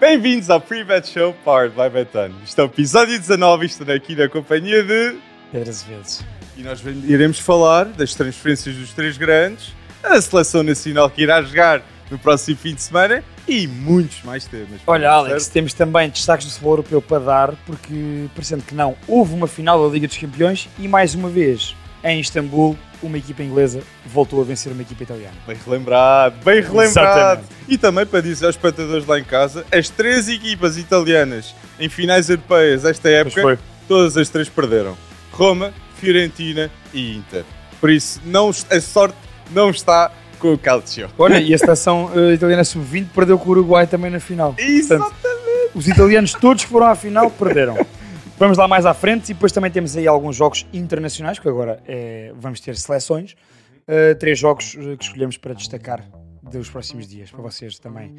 Bem-vindos ao Free Bet Show Powered by Betano. Isto é o episódio 19, estou aqui na companhia de... Pedro Azevedo. E nós iremos falar das transferências dos três grandes, a seleção nacional que irá jogar no próximo fim de semana e muitos mais temas. Olha, Alex, temos também destaques do futebol europeu para dar, porque, parecendo que não, houve uma final da Liga dos Campeões e, mais uma vez, em Istambul, uma equipa inglesa voltou a vencer uma equipa italiana. Bem relembrado, bem relembrado. Exatamente. E também para dizer aos espectadores lá em casa, as três equipas italianas em finais europeias esta É época, todas as três perderam. Roma, Fiorentina e Inter. Por isso, não, a sorte não está com o Calcio. Olha, e a seleção eh, italiana sub-20 perdeu com o Uruguai também na final. Exatamente. Os italianos todos que foram à final perderam. Vamos lá mais à frente e depois também temos aí alguns jogos internacionais, que agora eh, vamos ter seleções. Eh, três jogos eh, que escolhemos para destacar dos próximos dias, para vocês também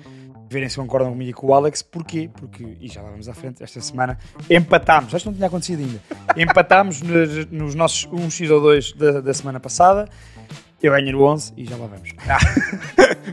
verem se concordam comigo e com o Alex. Porquê? Porque, e já lá vamos à frente, esta semana empatámos, acho que não tinha acontecido ainda, empatámos nos, nos nossos 1x ou 2 da, da semana passada. Eu ganhei o 11 e já lá vamos.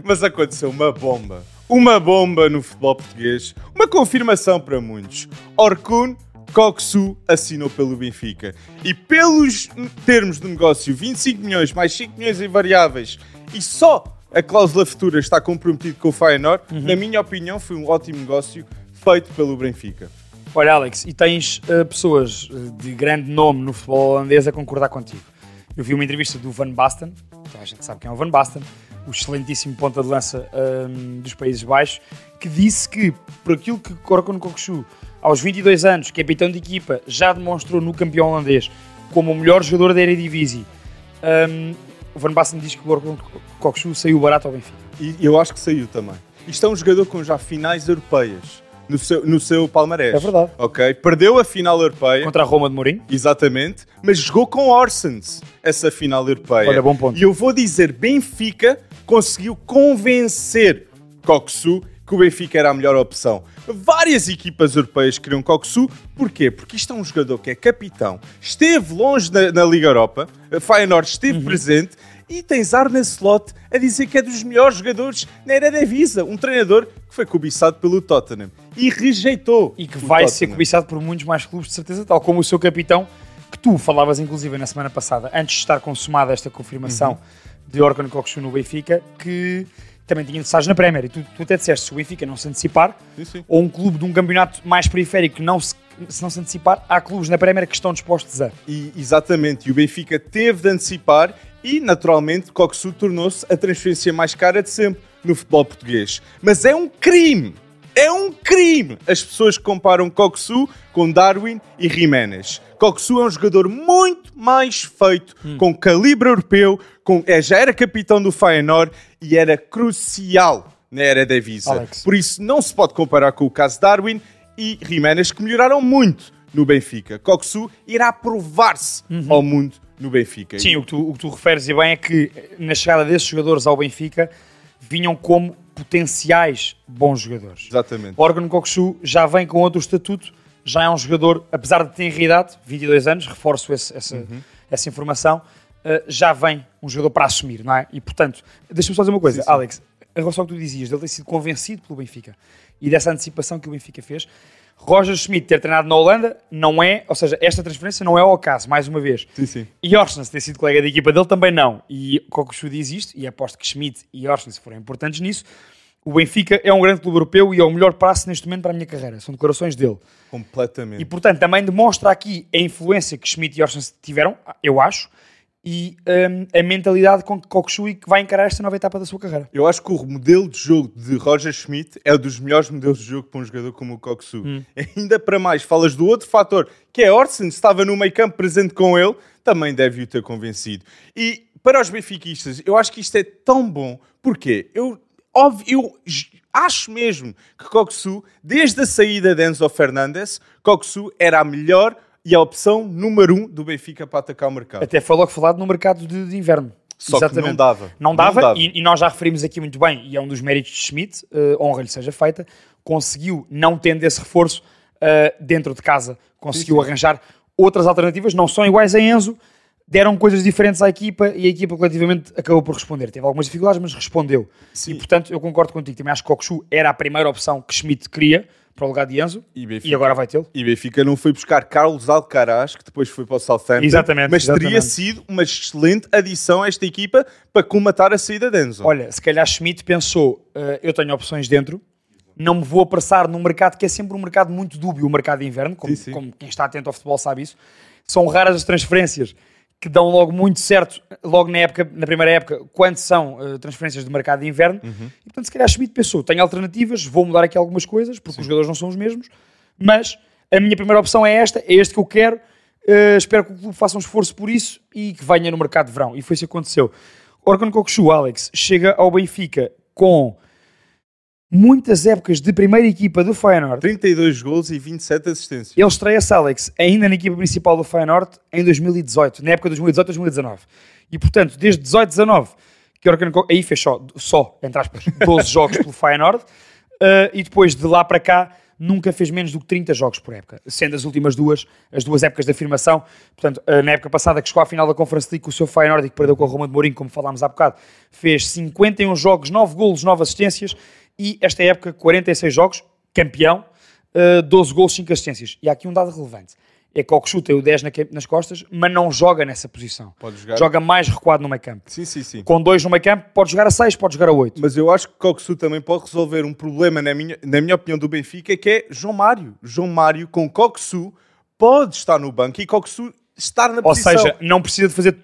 Mas aconteceu uma bomba. Uma bomba no futebol português. Uma confirmação para muitos. Orkun Koksu assinou pelo Benfica. E pelos termos de negócio, 25 milhões mais 5 milhões em variáveis e só a cláusula futura está comprometida com o Feyenoord, na minha opinião foi um ótimo negócio feito pelo Benfica. Olha, Alex, e tens eh, pessoas eh, de grande nome no futebol holandês a concordar contigo. Eu vi uma entrevista do Van Basten, toda a gente sabe quem é o Van Basten, o excelentíssimo ponta de lança ahm, dos Países Baixos, que disse que, por aquilo que Corcon Kokshu, aos 22 anos, é capitão de equipa, já demonstrou no campeão holandês como o melhor jogador da Eredivisie, ahm, o Van Basten diz que Corcon Kokshu saiu barato ao Benfica. E eu acho que saiu também. Isto é um jogador com já finais europeias no seu, no seu palmarés. É verdade. Ok? Perdeu a final europeia. Contra a Roma de Mourinho, Exatamente, mas jogou com Orsens essa final europeia. Olha, bom ponto. E eu vou dizer, Benfica conseguiu convencer Coxu que o Benfica era a melhor opção. Várias equipas europeias queriam Coxu, porquê? Porque isto é um jogador que é capitão, esteve longe na, na Liga Europa, a Feyenoord esteve Uhum. presente e tens Arne Slot a dizer que é dos melhores jogadores na era da Visa, um treinador que foi cobiçado pelo Tottenham e rejeitou e que o vai ser Tottenham. cobiçado por muitos mais clubes, de certeza, tal como o seu capitão, que tu falavas inclusive na semana passada, antes de estar consumada esta confirmação Uhum. de Orkan Kokshu no Benfica, que também tinha interessados na Premier. E tu, tu até disseste, se o Benfica não se antecipar, Sim, sim. ou um clube de um campeonato mais periférico que não se, se não se antecipar, há clubes na Premier que estão dispostos a. E, exatamente, e o Benfica teve de antecipar e, naturalmente, Coxu tornou-se a transferência mais cara de sempre no futebol português. Mas é um crime! É um crime! As pessoas que comparam Coxu com Darwin e Jiménez. Coxu é um jogador muito mais feito, com calibre europeu, com, é, já era capitão do Feyenoord e era crucial na era da Visa. Alex. Por isso, não se pode comparar com o caso de Darwin e Jiménez, que melhoraram muito no Benfica. Coxu irá provar-se ao mundo no Benfica. Sim, o que, tu, o que tu referes e bem é que eh, na chegada desses jogadores ao Benfica vinham como potenciais bons jogadores. Exatamente. Organ Kokshu já vem com outro estatuto, já é um jogador, apesar de ter realidade, 22 anos, reforço esse- essa, Uhum. essa informação, eh, já vem um jogador para assumir, não é? E portanto, deixa-me só dizer uma coisa, Sim, sim. Alex, em relação ao que tu dizias, dele ter sido convencido pelo Benfica e dessa antecipação que o Benfica fez. Roger Schmidt ter treinado na Holanda não é, ou seja, esta transferência não é ao acaso, mais uma vez. Sim, sim. E Orsnes ter sido colega da equipa dele também não. E Kokushu diz isto, e aposto que Schmidt e Orsnes foram importantes nisso. O Benfica é um grande clube europeu e é o melhor passo neste momento para a minha carreira. São declarações dele. Completamente. E portanto também demonstra aqui a influência que Schmidt e Orsnes tiveram, eu acho, e hum, a mentalidade com que Kokushu vai encarar esta nova etapa da sua carreira. Eu acho que o modelo de jogo de Roger Schmidt é um dos melhores modelos de jogo para um jogador como o Coxu. Ainda para mais, falas do outro fator, que é Orson, se estava no meio campo presente com ele, também deve o ter convencido. E para os benfiquistas, eu acho que isto é tão bom, porque eu, óbvio, eu j- acho mesmo que Coxu, desde a saída de Enzo Fernandes, Coxu era a melhor e a opção número um do Benfica para atacar o mercado. Até foi logo falado no mercado de, de inverno. Só que não dava. Não Não dava, dava. E, e nós já referimos aqui muito bem, e é um dos méritos de Schmidt, eh, honra-lhe seja feita, conseguiu, não tendo esse reforço eh, dentro de casa, conseguiu arranjar outras alternativas, não são iguais a Enzo, deram coisas diferentes à equipa e a equipa coletivamente acabou por responder. Teve algumas dificuldades, mas respondeu. Sim. E portanto, eu concordo contigo. Também acho que Kokshu era a primeira opção que Schmidt queria para o lugar de Enzo E e, Benfica. agora vai tê-lo. E Benfica não foi buscar Carlos Alcaraz, que depois foi para o Southampton. Exatamente, Mas teria exatamente. sido uma excelente adição a esta equipa para comatar a saída de Enzo. Olha, se calhar Schmidt pensou: "Ah, eu tenho opções dentro, não me vou apressar num mercado que é sempre um mercado muito dúbio o mercado de inverno, como, Sim, sim. como quem está atento ao futebol sabe isso. São raras as transferências que dão logo muito certo, logo na época, na primeira época, quando são ah, transferências de mercado de inverno. Uhum. E, portanto, se calhar Schmidt pensou: tenho alternativas, vou mudar aqui algumas coisas, porque os jogadores não são os mesmos, mas a minha primeira opção é esta, é este que eu quero. ah, espero que o clube faça um esforço por isso e que venha no mercado de verão. E foi isso que aconteceu. Orkun Kokushu, Alex, chega ao Benfica com muitas épocas de primeira equipa do Feyenoord. 32 gols e 27 assistências. Ele estreia-se, Alex, ainda na equipa principal do Feyenoord em 2018, na época de 2018-2019. E, portanto, desde 18-19, que Orkun Ko- aí fez só, só, entre aspas, 12 jogos pelo Feyenoord, eh, e depois de lá para cá nunca fez menos do que 30 jogos por época, sendo as últimas duas, as duas épocas de afirmação. Portanto, eh, na época passada que chegou à final da Conference League com o seu Feyenoord e que perdeu com a Roma de Mourinho, como falámos há bocado, fez 51 jogos, 9 golos, 9 assistências, e esta época 46 jogos, campeão, Uh, 12 gols, 5 assistências. E há aqui um dado relevante. É que o Oxu tem o 10 na ca- nas costas, mas não joga nessa posição. Pode jogar. Joga mais recuado no meio campo. Sim, sim, sim. Com 2 no meio campo, pode jogar a 6, pode jogar a 8. Mas eu acho que Coxu também pode resolver um problema, na minha, na minha opinião, do Benfica, que é João Mário. João Mário com Coxu pode estar no banco e Coxu estar na Ou posição. seja, não precisa de fazer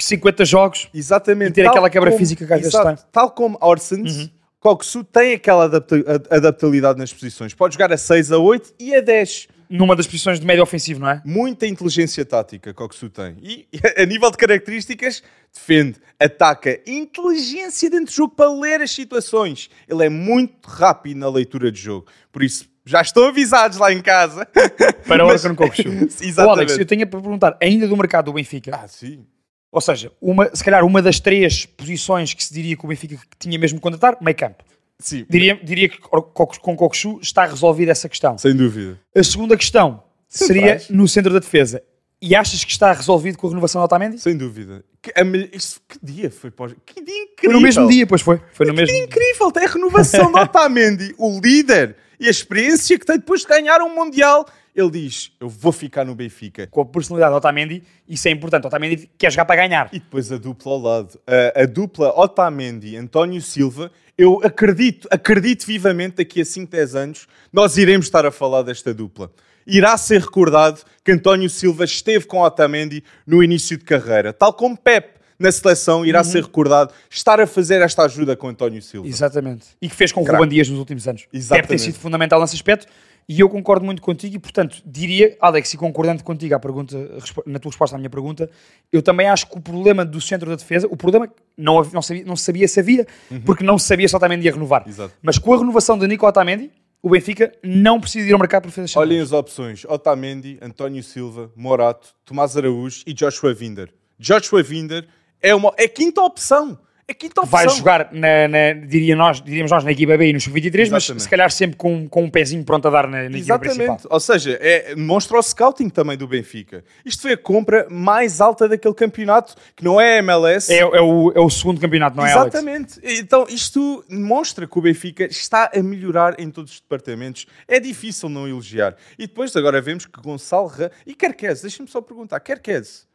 50 jogos. Exatamente. E ter Tal aquela quebra como- física que às vezes Exato. tem. Uhum. Tal como Orsens, Coxu tem aquela adapta- ad- adaptabilidade nas posições. Pode jogar a 6, a 8 e a 10. Numa das posições de médio ofensivo, não é? Muita inteligência tática Coxu tem. E a nível de características, defende, ataca, inteligência dentro do jogo para ler as situações. Ele é muito rápido na leitura de jogo. Por isso, já estão avisados lá em casa. Para o Mas- Orkun Kokushu. Ô, Exatamente. Alex, eu tenho para perguntar, ainda do mercado do Benfica, Ah, sim. ou seja, uma, se calhar uma das três posições que se diria que o Benfica tinha mesmo que contratar, meio campo. Sim, Diria, diria que Or- Kokushu- com Kokushu está resolvida essa questão. sem dúvida. A segunda questão seria Centrais. no centro da defesa. E achas que está resolvido com a renovação do Otamendi? Sem dúvida. Que, a melhor- isso, que dia foi? Pós... Que dia Foi incrível. no mesmo dia, pois foi. Foi no Que mesmo dia É incrível. Tem a renovação do Otamendi, o líder e a experiência que tem depois de ganhar um Mundial. Ele diz, eu vou ficar no Benfica. Com a personalidade do Otamendi, isso é importante. O Otamendi quer jogar para ganhar. E depois a dupla ao lado. A, a dupla Otamendi, António Silva. Eu acredito, acredito vivamente, daqui a 5, 10 anos, nós iremos estar a falar desta dupla. Irá ser recordado que António Silva esteve com Otamendi no início de carreira. Tal como Pep na seleção irá ser recordado estar a fazer esta ajuda com António Silva. Exatamente. E que fez com o Craque. Ruben Dias nos últimos anos. Deve ter Exatamente. sido fundamental nesse aspecto. E eu concordo muito contigo e, portanto, diria, Alex, e concordando contigo à pergunta, respo- na tua resposta à minha pergunta, eu também acho que o problema do centro da defesa, o problema que não, hav- não, sabia, não sabia se havia, porque não se sabia se o Otamendi ia renovar. Uhum. Exato. Mas com a renovação do Nico Otamendi, o Benfica não precisa ir ao mercado para fazer centrais. Olhem as opções: Otamendi, António Silva, Morato, Tomás Araújo e Joshua Vinder. Joshua Vinder é, uma, é a quinta opção. É a quinta opção. vai jogar, na, na- diria nós, diríamos nós, na equipa B e no sub-23, mas Exatamente. se calhar sempre com, com um pezinho pronto a dar na, na equipa principal. Exatamente. Ou seja, é, mostra o scouting também do Benfica. Isto foi a compra mais alta daquele campeonato, que não é a MLS. É, é o, é o segundo campeonato, não é, Alex? Exatamente. Então, isto mostra que o Benfica está a melhorar em todos os departamentos. É difícil não elogiar. E depois agora vemos que Gonçalo Ra... e Kerkez, deixa-me só perguntar, Kerkez,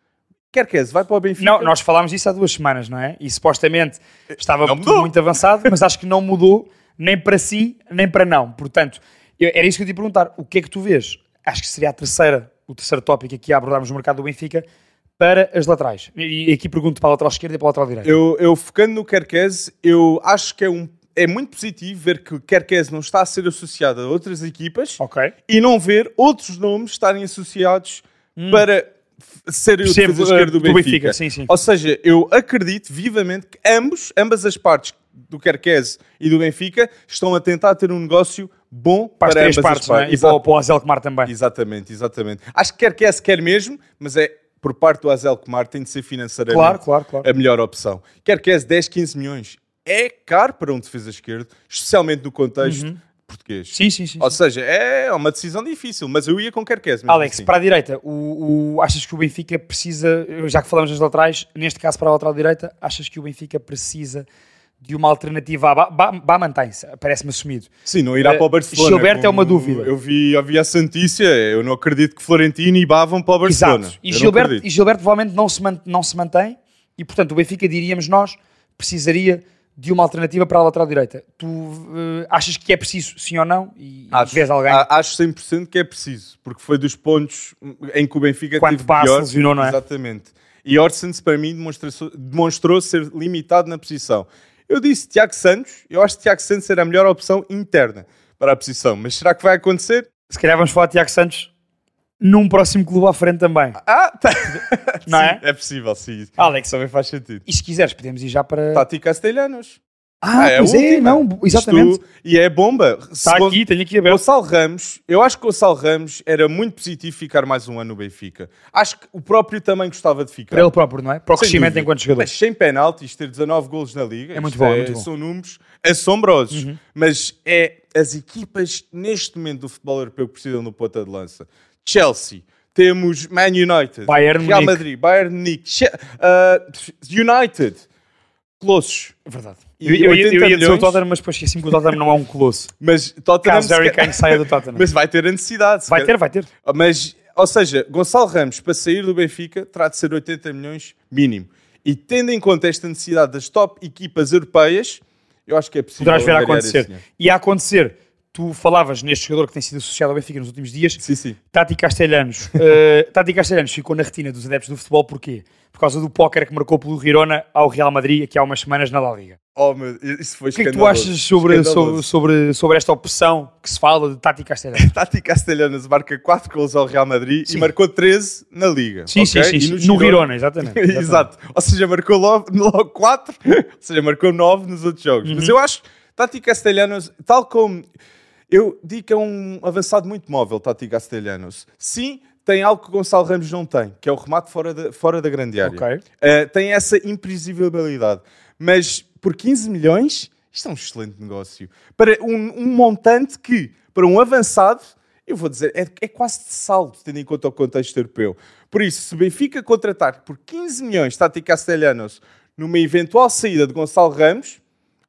Kerkez vai para o Benfica? Não, nós falámos disso há duas semanas, não é? E supostamente estava Não tudo mudou. muito avançado, mas acho que não mudou nem para sim, nem para não. Portanto, eu- era isso que eu te ia perguntar. O que é que tu vês? Acho que seria a terceira, o terceiro tópico aqui a abordarmos no mercado do Benfica para as laterais. E e aqui pergunto para a lateral esquerda e para a lateral direita. Eu, eu focando no Kerkez, eu acho que é, um, é muito positivo ver que o Kerkez não está a ser associado a outras equipas Ok. e não ver outros nomes estarem associados para f- ser o Percebo, defesa esquerda do Hum. eh, do Benfica. Benfica, sim, sim. Ou seja, eu acredito vivamente que ambos, ambas as partes do Kerkez e do Benfica estão a tentar ter um negócio bom para, Para, as três ambas partes, as não é? partes. E para, o- para o Azel Kemar também. Exatamente, exatamente. Acho que Kerkez quer mesmo, mas é por parte do Azel Kumar tem de ser financeiramente Claro, claro, claro. a melhor opção. É Quer que és 10, 15 milhões, é caro para um defesa esquerdo, especialmente no contexto português. Uhum. Sim, sim, sim. Ou sim. seja, é uma decisão difícil, mas eu ia com Kerkez. mesmo Alex, assim. para a direita, o, o- achas que o Benfica precisa, já que falamos das laterais, neste caso para a lateral direita, achas que o Benfica precisa de uma alternativa à Ba- Ba- Ba mantém-se, parece-me assumido. Sim, não irá Eh, para o Barcelona. Gilberto é uma como dúvida. Eu vi, eu vi a Santícia, eu não acredito que Florentino e Bá vão para o Barcelona. Exato. Eu E não Gilberto, acredito. e Gilberto provavelmente não se, man- não se mantém e, portanto, o Benfica, diríamos nós, precisaria de uma alternativa para a lateral direita. Tu eh, achas que é preciso, sim ou não? E Acho, Ah. vês alguém? a- acho 100% que é preciso, porque foi dos pontos em que o Benfica Quando teve passa, pior. lesionou, não é? Exatamente. E Orsens, para mim, demonstrou- demonstrou ser limitado na posição. Eu disse Tiago Santos, eu acho que Tiago Santos era a melhor opção interna para a posição, mas será que vai acontecer? Se calhar vamos falar de Tiago Santos num próximo clube à frente também. Ah, tá. Não Sim, é? É possível, sim. Alex, Também faz sentido. e se quiseres, podemos ir já para. Tati Castelhanos. Ah, a pois é, última. não, exatamente. Isto- e é bomba. Está Segundo- tá aqui, tenho aqui O aberto. Gonçalo Ramos, eu acho que o Gonçalo Ramos era muito positivo ficar mais um ano no Benfica. Acho que o próprio também gostava de ficar. Para ele próprio, não é? Para o Sem crescimento dúvida. enquanto jogador. Mas sem penaltis, ter 19 golos na Liga, É muito isto bom, é muito bom. Uhum. são números assombrosos. Mas é as equipas neste momento do futebol europeu que precisam do ponta de lança. Chelsea, temos Man United, Bayern Real Munique. Madrid, Bayern Munique, Che- ah, United, Colossos. É verdade. E Eu, eu, ia- eu 80 ia dizer o milhões? Tottenham, mas depois esqueci-me que o Tottenham não é um colosso. Mas Tottenham... Caso Harry Kane saia do Tottenham. Mas vai ter a necessidade. se Vai quer- ter, vai ter. Ah, Mas, ou seja, Gonçalo Ramos, para sair do Benfica, terá de ser 80 milhões mínimo. E tendo em conta esta necessidade das top equipas europeias, eu acho que é possível. poderás ver a angariar esse acontecer. dinheiro. E a acontecer, tu falavas neste jogador que tem sido associado ao Benfica nos últimos dias, Sim, sim. Tati Castelhanos. Uh, Tati Castelhanos ficou na retina dos adeptos do futebol, porquê? Por causa do póquer que marcou pelo Girona ao Real Madrid aqui há umas semanas na La Liga. Oh, meu, isso foi O que é que tu achas sobre, sobre, sobre, sobre esta opção que se fala de Tati Castelhanos? Tati Castelhanos marca 4 gols ao Real Madrid e marcou 13 na Liga. Sim, ok? sim, E sim, sim. No Girona- Girona, exatamente. Exato. Ou seja, marcou logo, logo 4, ou seja, marcou 9 nos outros Uhum. jogos. Mas eu acho Tati Castellanos, tal como. Eu digo que é um avançado muito móvel, Tati Castellanos. Sim, tem algo que Gonçalo Ramos não tem, que é o remate fora da, fora da grande área. Ok. Eh, tem essa imprevisibilidade. Mas por 15 milhões, isto é um excelente negócio. Para um, um montante que, para um avançado, eu vou dizer, é, é quase de saldo, tendo em conta o contexto europeu. Por isso, se o Benfica contratar por 15 milhões Tati Castellanos numa eventual saída de Gonçalo Ramos,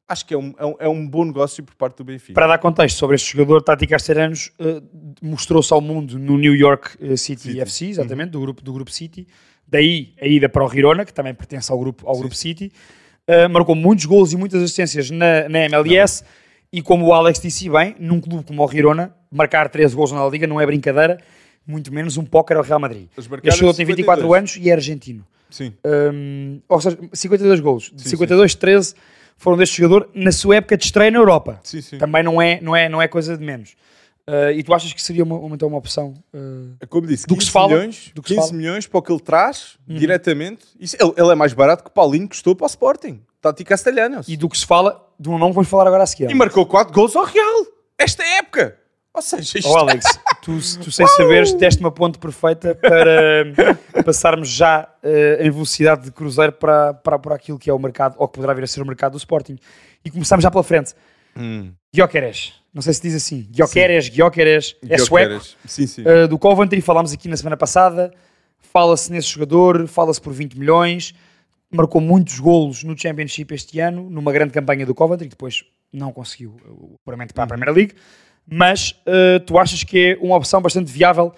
acho que é um, é um, é um bom negócio por parte do Benfica. Para dar contexto sobre este jogador, Tati Castelhanos eh, mostrou-se ao mundo no New York eh, City, FC, exatamente, do, grupo, do grupo City. Daí a ida para o Girona, que também pertence ao grupo, ao grupo City. Eh, marcou muitos gols e muitas assistências na, na MLS. E como o Alex disse bem, num clube como o Girona, marcar 13 gols na Liga não é brincadeira, muito menos um póquer ao Real Madrid. Eles marcaram Este jogador tem 52. 24 anos e é argentino. Sim. Hum, ou seja, 52 golos. De 52, 13 foram deste jogador na sua época de estreia na Europa. Sim, sim. Também não é, não é, não é coisa de menos. Uh, e tu achas que seria uma, uma, então uma opção? uh, Eh, Como disse, 15 Do que se fala, milhões, do que 15 se fala. Uhum. milhões para o que ele traz diretamente. Isso- ele, ele é mais barato que o Paulinho custou para o Sporting. Tati Castellanos. e do que se fala, de um nome que vamos falar agora a seguir. E marcou 4 gols ao Real. Esta época. Ou seja, isto é Oh, Alex, tu, tu sem saberes, deste uma ponte perfeita para passarmos já uh, em velocidade de cruzeiro para, para, para aquilo que é o mercado, ou que poderá vir a ser o mercado do Sporting. E começamos já pela frente. Hum. Guioqueres. Não sei se diz assim. Guioqueres, Guioqueres. É Guioqueres. sueco. Sim, sim. Uh, do Coventry, falámos aqui na semana passada. Fala-se nesse jogador, fala-se por 20 milhões. Marcou muitos golos no Championship este ano, numa grande campanha do Coventry, que depois não conseguiu uh, o puramente Uhum. para a Primeira League. Mas uh, tu achas que é uma opção bastante viável,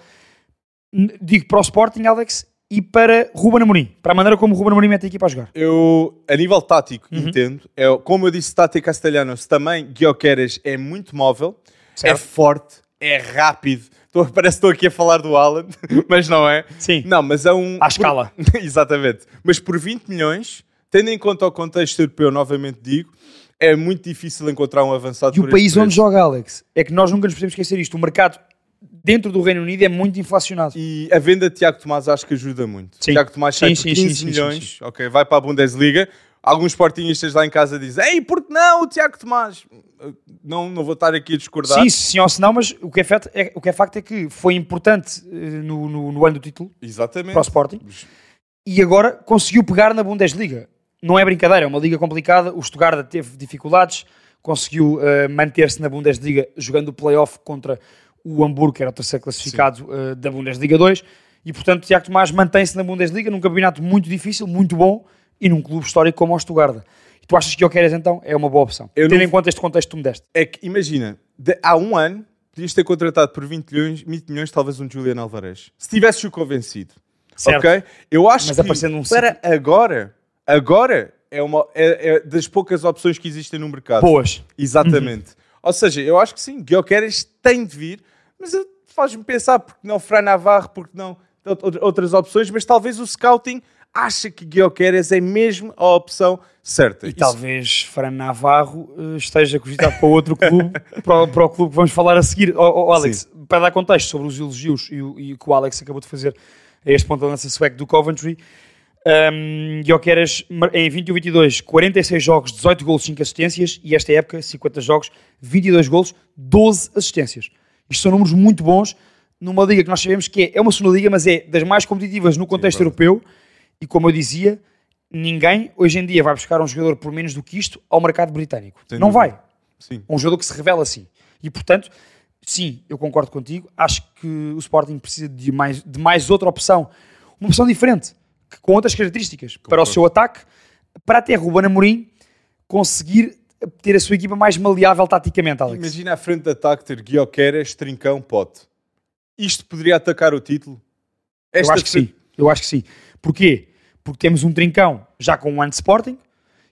n- digo, para o Sporting, Alex, e para Ruben Amorim, para a maneira como o Ruben Amorim mete a equipa a jogar. Eu, a nível tático, Uhum. entendo. É, como eu disse, Tati Castellanos também, Guioqueres é muito móvel, Certo. é forte, é rápido. Tô- parece que estou aqui a falar do Alan, mas não é. Sim. Não, mas é um. À escala. Por- Exatamente. Mas por 20 milhões, tendo em conta o contexto europeu, novamente digo, é muito difícil encontrar um avançado E o por país este onde preço. joga, Alex, é que nós nunca nos podemos esquecer isto. O mercado dentro do Reino Unido é muito inflacionado. E a venda de Tiago Tomás acho que ajuda muito. Sim. Tiago Tomás sai Sim, por sim, 15 sim, sim, milhões, sim, ok, vai para a Bundesliga. Alguns portinhistas lá em casa dizem: Ei, por que não o Tiago Tomás? Eh, Não, não vou estar aqui a discordar. Sim, sim ou se não, mas o que é, fato é, o que é facto é que foi importante eh, no, no, no ano do título Exatamente. para o Sporting e agora conseguiu pegar na Bundesliga. Não é brincadeira, é uma liga complicada. O Stuttgart teve dificuldades, conseguiu eh, manter-se na Bundesliga jogando o playoff contra o Hamburgo, que era o terceiro classificado eh, da Bundesliga 2. E portanto, Tiago Tomás mantém-se na Bundesliga num campeonato muito difícil, muito bom e num clube histórico como o Stuttgart. E tu achas que o Queres então é uma boa opção? Eu Tendo não- em conta este contexto que tu me deste. É que, imagina, de- há um ano podias ter contratado por 20 milhões, 20 milhões talvez um Julian Alvarez. Se tivesses o convencido. Certo. Ok? Eu acho Mas que aparecendo um para agora, agora é, uma, é, é das poucas opções que existem no mercado. Boas. Exatamente. Uhum. Ou seja, eu acho que sim, Guioqueras tem de vir, mas eu- faz-me pensar, porque não Fran Navarro, porque não out- out- outras opções, mas talvez o scouting acha que Guioqueras é mesmo a opção certa. E talvez Fran Navarro eh, esteja cogitado para outro clube, para, o- para o clube que vamos falar a seguir. Ó, ó, Alex, para dar contexto sobre os elogios e, o- e que o Alex acabou de fazer a este ponto da lança sueco do Coventry, um, Guioqueras mar- em 21-22, 46 jogos, 18 golos, 5 assistências e esta época, 50 jogos, 22 golos, 12 assistências. Isto são números muito bons numa liga que nós sabemos que é, é uma segunda liga, mas é das mais competitivas no contexto europeu e como eu dizia, ninguém hoje em dia vai buscar um jogador por menos do que isto ao mercado britânico. Sem Não dúvida. vai Sim. um jogador que se revela assim. E portanto, sim, eu concordo contigo. Acho que o Sporting precisa de mais, de mais outra opção, uma opção diferente, que- com outras características para o seu ataque, para até Ruben Amorim conseguir ter a sua equipa mais maleável taticamente, Alex. Imagina à frente de ataque ter Guioqueras, Trincão, Pote. Isto poderia atacar o título? eu Esta acho que fe- sim. Eu acho que sim. Porquê? Porque temos um trincão já com um ano de Sporting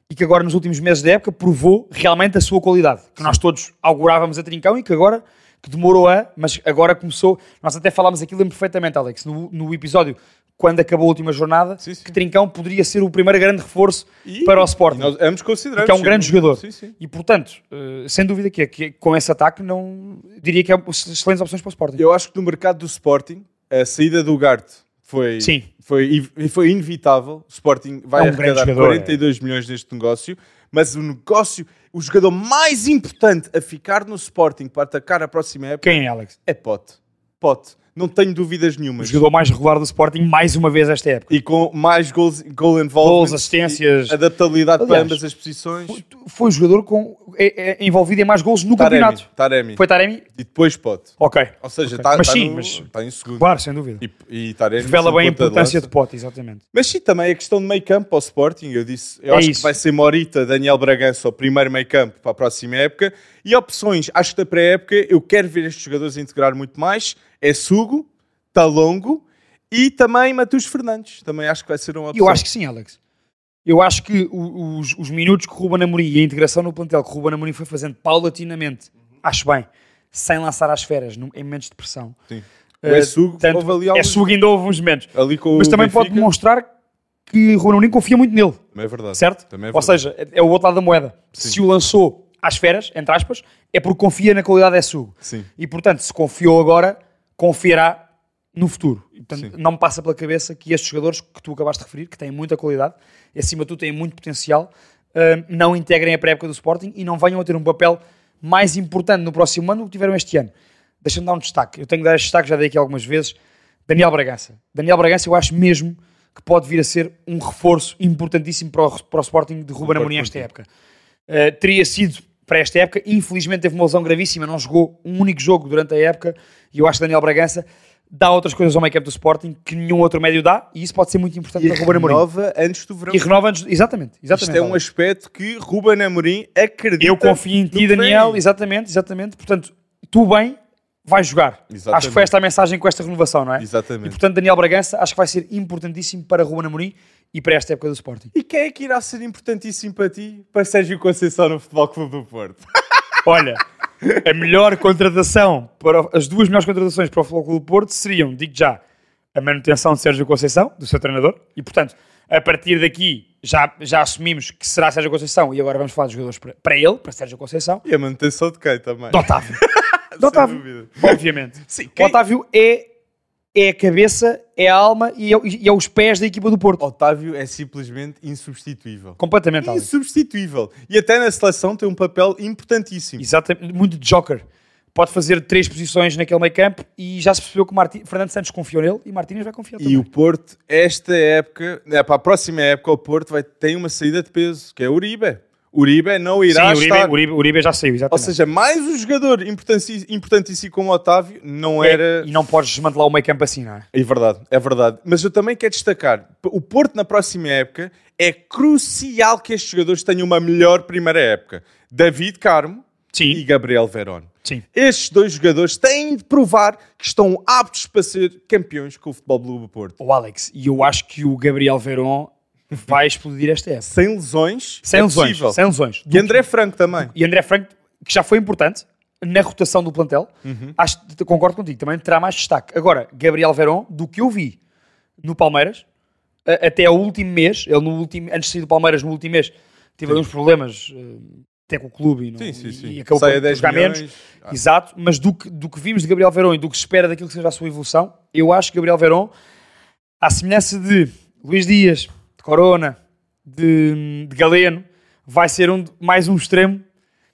e que agora nos últimos meses da época provou realmente a sua qualidade. Que nós todos augurávamos a trincão e que agora, que demorou a, mas agora começou. Nós até falámos aquilo perfeitamente, Alex, no, no episódio quando acabou a última jornada, Sim, sim. que trincão poderia ser o primeiro grande reforço E- para o e Sporting. Nós ambos consideramos. Porque é um grande sim. jogador. Sim, sim. E portanto, eh, sem dúvida que, é- que é- com esse ataque, não diria que é excelentes opções para o Sporting. Eu acho que no mercado do Sporting, a saída do Garte foi, Sim. foi, e foi inevitável. O Sporting vai É um grande arrecadar jogador, 42 milhões neste negócio, mas o negócio, o jogador mais importante a ficar no Sporting para atacar a próxima época Quem é, Alex? é Pote. Pote. Não tenho dúvidas nenhuma. O jogador mais regular do Sporting, mais uma vez esta época. E com mais gols, goal involvement, Gols, assistências. e adaptabilidade para Aliás, ambas as posições. foi o jogador com, é- é envolvido em mais gols no Taremi, campeonato. Taremi. Foi Taremi? E depois Pote. Ok. Ou seja, Ok. está Mas tá sim, no- mas- tá em segundo. Claro, sem dúvida. E, e Taremi é Revela sem bem a ponta de importância lança. de Pote, exatamente. Mas sim, também a questão de meio campo ao Sporting. Eu disse, eu É acho isso. que vai ser Morita, Daniel Bragança, o primeiro meio campo para a próxima época. E opções, acho que da pré-época eu quero ver estes jogadores integrar muito mais. É Sugo, Talongo e também Matheus Fernandes. Também acho que vai ser uma E opção. eu acho que sim, Alex. Eu acho que o- os, os minutos que Ruben Amorim e a integração no plantel que Ruben Amorim foi fazendo paulatinamente, Uhum. acho bem, sem lançar às feras, num- em momentos de pressão. Sim. O Eh, Essugo tanto- houve ali alguns- Essugo ainda houve uns momentos. Ali com Mas o também pode Benfica. demonstrar que Ruben Amorim confia muito nele. Também é verdade. certo? Também é Ou verdade. seja, é- é o outro lado da moeda. Se o lançou às feras, entre aspas, é porque confia na qualidade da SUG. Sim. E portanto, se confiou agora, confiará no futuro. E, portanto, não me passa pela cabeça que estes jogadores que tu acabaste de referir, que têm muita qualidade, e, acima de tudo têm muito potencial, hum, não integrem a pré-época do Sporting e não venham a ter um papel mais importante no próximo ano do que tiveram este ano. Deixa-me dar um destaque. Eu tenho que dar este destaque, já dei aqui algumas vezes. Daniel Bragança. Daniel Bragança, eu acho mesmo que pode vir a ser um reforço importantíssimo para o, para o Sporting de Ruben Concordo Amorim esta época. Uh, teria sido para esta época. Infelizmente teve uma lesão gravíssima, não jogou um único jogo durante a época. E eu acho que Daniel Bragança dá outras coisas ao make-up do Sporting que nenhum outro médio dá. E isso pode ser muito importante E para Ruben Amorim. renova antes do verão. E renova antes. Exatamente, Isto exatamente. é um Alex. aspecto que Ruben Amorim acredita. eu confio em ti, no que vem. Daniel. Exatamente, exatamente. Portanto, tu bem vais jogar. Exatamente. Acho que foi esta a mensagem com esta renovação, não é? Exatamente. E portanto, Daniel Bragança acho que vai ser importantíssimo para Ruben Amorim e para esta época do Sporting. E quem é que irá ser importantíssimo para ti? Para Sérgio Conceição no Futebol Clube do Porto. Olha, a melhor contratação, para, o- as duas melhores contratações para o Futebol Clube do Porto seriam, digo já, a manutenção de Sérgio Conceição, do seu treinador, e portanto, a partir daqui já, já assumimos que será Sérgio Conceição e agora vamos falar de jogadores para, para ele, para Sérgio Conceição, E a manutenção de quem também? de Otávio. de Otávio, dúvida. obviamente. Sim, O quem- Otávio é, é a cabeça, é a alma e é, o- e é os pés da equipa do Porto. Otávio é simplesmente insubstituível. Completamente, Alex. Insubstituível. E até na seleção tem um papel importantíssimo. Exatamente, muito de joker. Pode fazer três posições naquele meio campo e já se percebeu que o Marti- Fernando Santos confiou nele e Martínez vai confiar E também. o Porto, né, esta época, é, para a próxima época, o Porto vai ter uma saída de peso, que é o Uribe. Uribe não Sim, irá Uribe, estar. Uribe, Uribe já saiu, tá? Ou exatamente. seja, mais um jogador importantíssimo, importantíssimo como Otávio não É, era. E não podes desmantelar o meio campo assim, não é? É verdade, é verdade. Mas eu também quero destacar: p- o Porto na próxima época é crucial que estes jogadores tenham uma melhor primeira época. David Carmo e Sim, Gabriel Verón. sim. Estes dois jogadores têm de provar que estão aptos para ser campeões com o Futebol Clube do Porto. O Alex, e eu acho que o Gabriel Verón vai explodir esta época. Sem lesões, Sem é lesões, possível. sem lesões. E André Franco também. E André Franco, que já foi importante na rotação do plantel, Uhum. acho, concordo contigo, também terá mais destaque. Agora, Gabriel Verón, do que eu vi no Palmeiras, a- até ao último mês, ele no último, antes de sair do Palmeiras, no último mês, teve alguns problemas eh, até com o clube e, não- Sim, sim, sim. e acabou Sai a por 10 jogar milhões. Ah. menos. Exato, mas do que, do que vimos de Gabriel Verón e do que se espera daquilo que seja a sua evolução, eu acho que Gabriel Verón, à semelhança de Luís Dias, de Corona, de, de Galeno, vai ser um, de- mais um extremo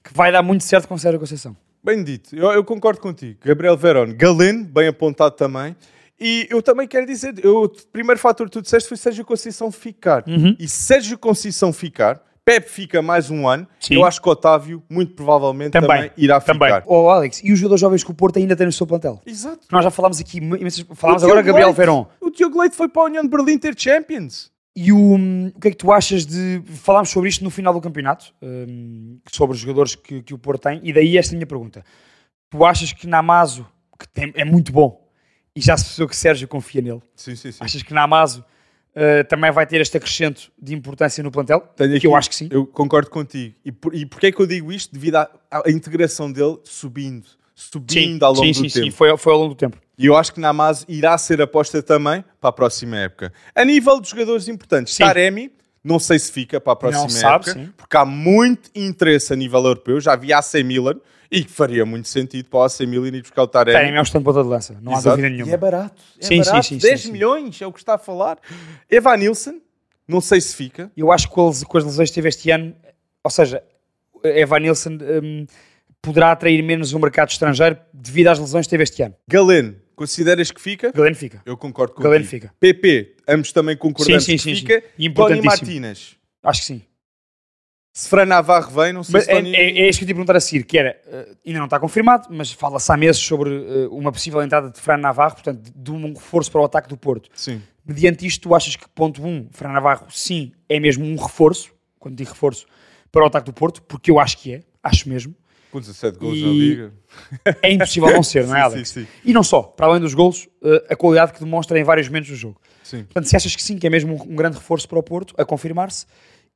que vai dar muito certo com o Sérgio Conceição. Bem dito, eu, eu concordo contigo. Gabriel Verón, Galeno, bem apontado também. E eu também quero dizer, eu, o primeiro fator que tu disseste foi Sérgio Conceição ficar. Uhum. E Sérgio Conceição ficar, Pepe fica mais um ano. Sim. Eu acho que Otávio, muito provavelmente, também, irá ficar. Oh, Alex, e os jogadores jovens que o Porto ainda tem no seu plantel? Exato. Nós já falámos aqui, imensas- falámos O agora de Diogo Gabriel Leite- Verón. O Diogo Leite foi para a União de Berlim ter Champions. E o, o que é que tu achas de. Falámos sobre isto no final do campeonato, hum, sobre os jogadores que, que o Porto tem, e daí esta minha pergunta. Tu achas que Namazo, que tem- é muito bom, e já se percebeu que Sérgio confia nele, Sim, sim, sim. achas que Namazo eh, também vai ter este acrescento de importância no plantel? Tenho que aqui- eu acho que sim. Eu concordo contigo. E, por, e porquê é que eu digo isto? Devido à, à integração dele subindo. Subindo ao longo sim, do sim, tempo. sim, foi, foi ao longo do tempo. E eu acho que Namaz irá ser aposta também para a próxima época. A nível de jogadores importantes, Sim. Taremi, não sei se fica para a próxima Não sabe, época, sim. porque há muito interesse a nível europeu. Já havia AC Milan e que faria muito sentido para o AC Milan ir buscar o Taremi. Tem, é um stand ponta de lança, não há Exato. dúvida E é nenhuma. barato. É Sim, sim, barato. sim, sim, 10 sim. milhões é o que está a falar. Eva Nilsson, não sei se fica. Eu acho que com as, com as lesões que teve este ano, ou seja, Evan Nilsson hum, poderá atrair menos o mercado estrangeiro devido às lesões que teve este ano. Galeno, consideras que fica? Galeno fica. Eu concordo com Galeno fica. PP, ambos também concordamos Sim, sim, que sim, fica. sim. Tony E importantíssimo. Martínez. Acho que sim. Se Fran Navarro vem, não sei Mas se é, Tony... é, é isso que eu te ia perguntar a seguir, que era, eh, ainda não está confirmado, mas fala-se há meses sobre eh, uma possível entrada de Fran Navarro, portanto, de um reforço para o ataque do Porto. Sim. Mediante isto, tu achas que, ponto 1, um, Fran Navarro, sim, é mesmo um reforço, quando digo reforço, para o ataque do Porto, porque eu acho que é, acho mesmo. Com 17 gols E- na Liga. É impossível não ser, não é, Sim, Alex? sim, sim. E não só, para além dos golos, eh, a qualidade que demonstra em vários momentos do jogo. Sim. Portanto, se achas que sim, que é mesmo um, um grande reforço para o Porto, a confirmar-se,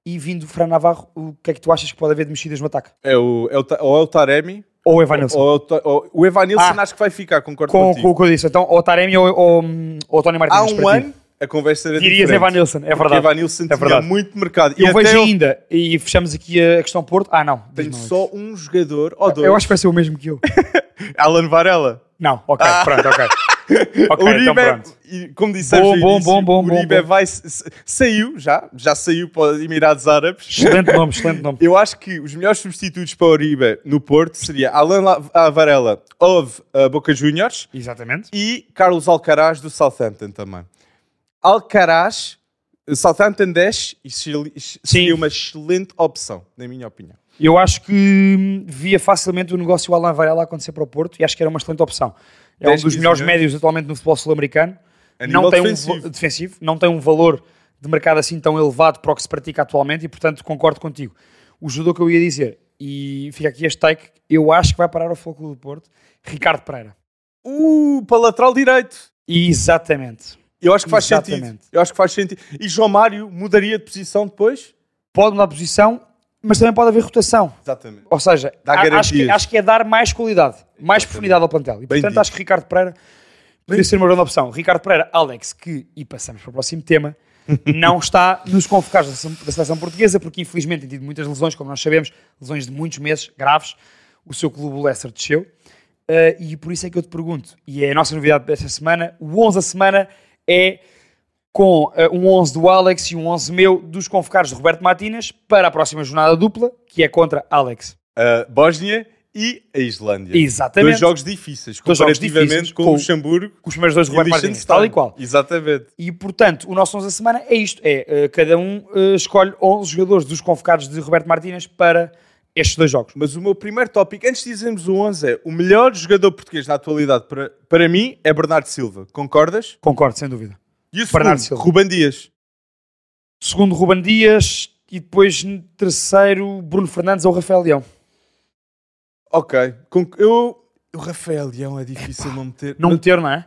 e vindo Fran Navarro, o que é que tu achas que pode haver de mexidas no ataque? É o, é o, Ta- ou é o Taremi, Ou Evanilson? ou é o, Ta- ou- o Evanilson Ah. acho que vai ficar, concordo com, com contigo. o que eu disse. Então, ou Taremi ou, ou, ou Tony Há Martínez. um para ti. ano, a conversa era Dirias diferente. Evanilson, é Porque verdade. Evanilson É tinha verdade. muito mercado. Eu até vejo ele ainda, e fechamos aqui a questão Porto. Ah, não. diz Tem não, Alex. só um jogador, ou dois. Eu acho que vai ser o mesmo que eu. Alan Varela. não, ok, pronto, ok. Ah. Ok, Uribe, então pronto. e como disseste Bom, no bom, início, bom, bom, bom, Uribe bom. vai... se- se- Saiu já, já saiu para os Emirados Árabes. Excelente nome, excelente nome. Eu acho que os melhores substitutos para Uribe no Porto seria Alan La- Varela, Ove uh, Boca Juniors Exatamente. e Carlos Alcaraz do Southampton também. Alcaraz, Southampton 10 e seria seria uma excelente opção, na minha opinião. Eu acho que hum, via facilmente o negócio Alan Varela acontecer para o Porto e acho que era uma excelente opção. É um 10, dos 15 melhores milhões. médios atualmente no futebol sul-americano. A Não nível tem um defensivo. va- defensivo, não tem um valor de mercado assim tão elevado para o que se pratica atualmente e, portanto, concordo contigo. O jogador que eu ia dizer, e fica aqui este take, eu acho que vai parar ao Foco do Porto, Ricardo Pereira. Uh, para lateral direito. Exatamente. Eu acho que faz sentido. Exatamente. Eu acho que faz sentido. E João Mário mudaria de posição depois? Pode mudar de posição, mas também pode haver rotação. Exatamente. Ou seja, Dá a- acho, garantias. que, acho que é dar mais qualidade, mais profundidade ao plantel. E portanto dito. acho que Ricardo Pereira poderia ser uma grande opção. Ricardo Pereira, Alex, que, e passamos para o próximo tema, não está nos convocados da seleção, da seleção portuguesa, porque infelizmente tem tido muitas lesões, como nós sabemos, lesões de muitos meses, graves. O seu clube, o Leicester, desceu. Uh, e por isso é que eu te pergunto, e é a nossa novidade desta semana, o 11 da semana é com eh, um 11 do Alex e um 11 meu dos convocados de Roberto Martínez para a próxima jornada dupla, que é contra Alex. Uh, Bósnia e a Islândia. Exatamente. Dois jogos difíceis, Dois jogos comparativamente difíceis, com, com- o Luxemburgo Com os primeiros dois e Rubén Martins, Liechtenstein. tal e qual. Exatamente. E portanto, o nosso 11 da semana é isto: é eh, cada um eh, escolhe 11 jogadores dos convocados de Roberto Martínez para estes dois jogos. Mas o meu primeiro tópico, antes de dizermos o 11, é o melhor jogador português na atualidade para, para mim é Bernardo Silva. Concordas? Concordo, sem dúvida. E o Bernardo segundo, Silva. Ruben Dias. Segundo, Ruban Dias e depois n- terceiro, Bruno Fernandes ou Rafael Leão. Ok. Con- Eu... O Rafael Leão é difícil não meter. Não meter, não é?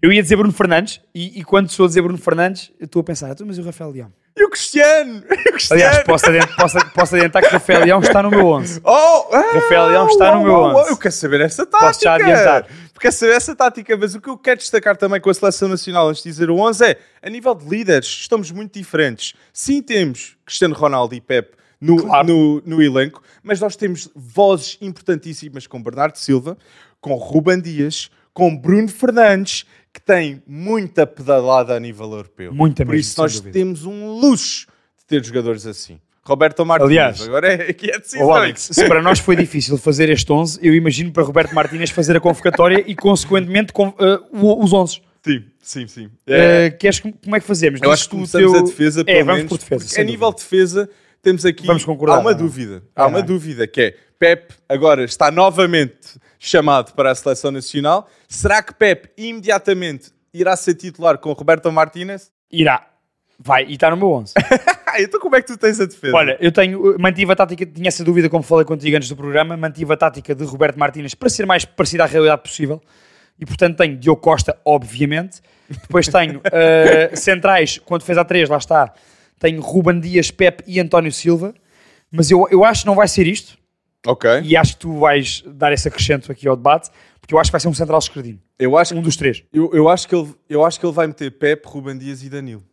Eu ia dizer Bruno Fernandes e, e quando sou a dizer Bruno Fernandes, eu estou a pensar, "Ah, tu, mas e o Rafael Leão? E o Cristiano? E o Cristiano? Aliás, posso adiantar, posso, posso adiantar que Rafael Leão está no meu 11. Oh, ah, oh, Rafael Leão está no meu onze. Eu quero saber essa Posso já tática. adiantar. Quero saber essa tática, mas o que eu quero destacar também com a seleção nacional antes de dizer o 11 é, a nível de líderes, estamos muito diferentes. Sim, temos Cristiano Ronaldo e Pepe no, Claro. no, no elenco, mas nós temos vozes importantíssimas com Bernardo Silva, com Ruban Dias, com Bruno Fernandes, que tem muita pedalada a nível europeu. Muita Por mesmo, isso sem nós dúvida. temos um luxo de ter jogadores assim. Roberto Martins, Aliás, agora é, aqui é Ó, decisão. Alex, se para nós foi difícil fazer este 11, eu imagino para Roberto Martínez fazer a convocatória e, consequentemente, com, eh, o- os 11. Sim, sim, sim. É, Eh, queres, que- como é que fazemos? eu Diz acho que tu o começamos teu- a defesa, pelo é, vamos menos, por defesa. porque sem a dúvida. nível de defesa temos aqui... Vamos concordar, Há uma não é? dúvida, há Não, uma não. dúvida, que é Pep agora está novamente chamado para a Seleção Nacional. Será que Pep imediatamente irá ser titular com Roberto Martínez? Irá. Vai, e está no meu 11. Ah, então como é que tu tens a defesa? Olha, eu tenho, eh, mantive a tática, tinha essa dúvida como falei contigo antes do programa, mantive a tática de Roberto Martínez para ser mais parecida à realidade possível. E portanto tenho Diogo Costa, obviamente. Depois tenho eh, centrais, quando fez a 3, lá está. Tenho Ruban Dias, Pepe e António Silva. Mas eu, eu acho que não vai ser isto. ok. E acho que tu vais dar esse acrescento aqui ao debate, porque eu acho que vai ser um central esquerdino. Eu acho, Um dos três. eu, eu acho que ele, eu acho que ele vai meter Pep, Ruben Dias e Danilo.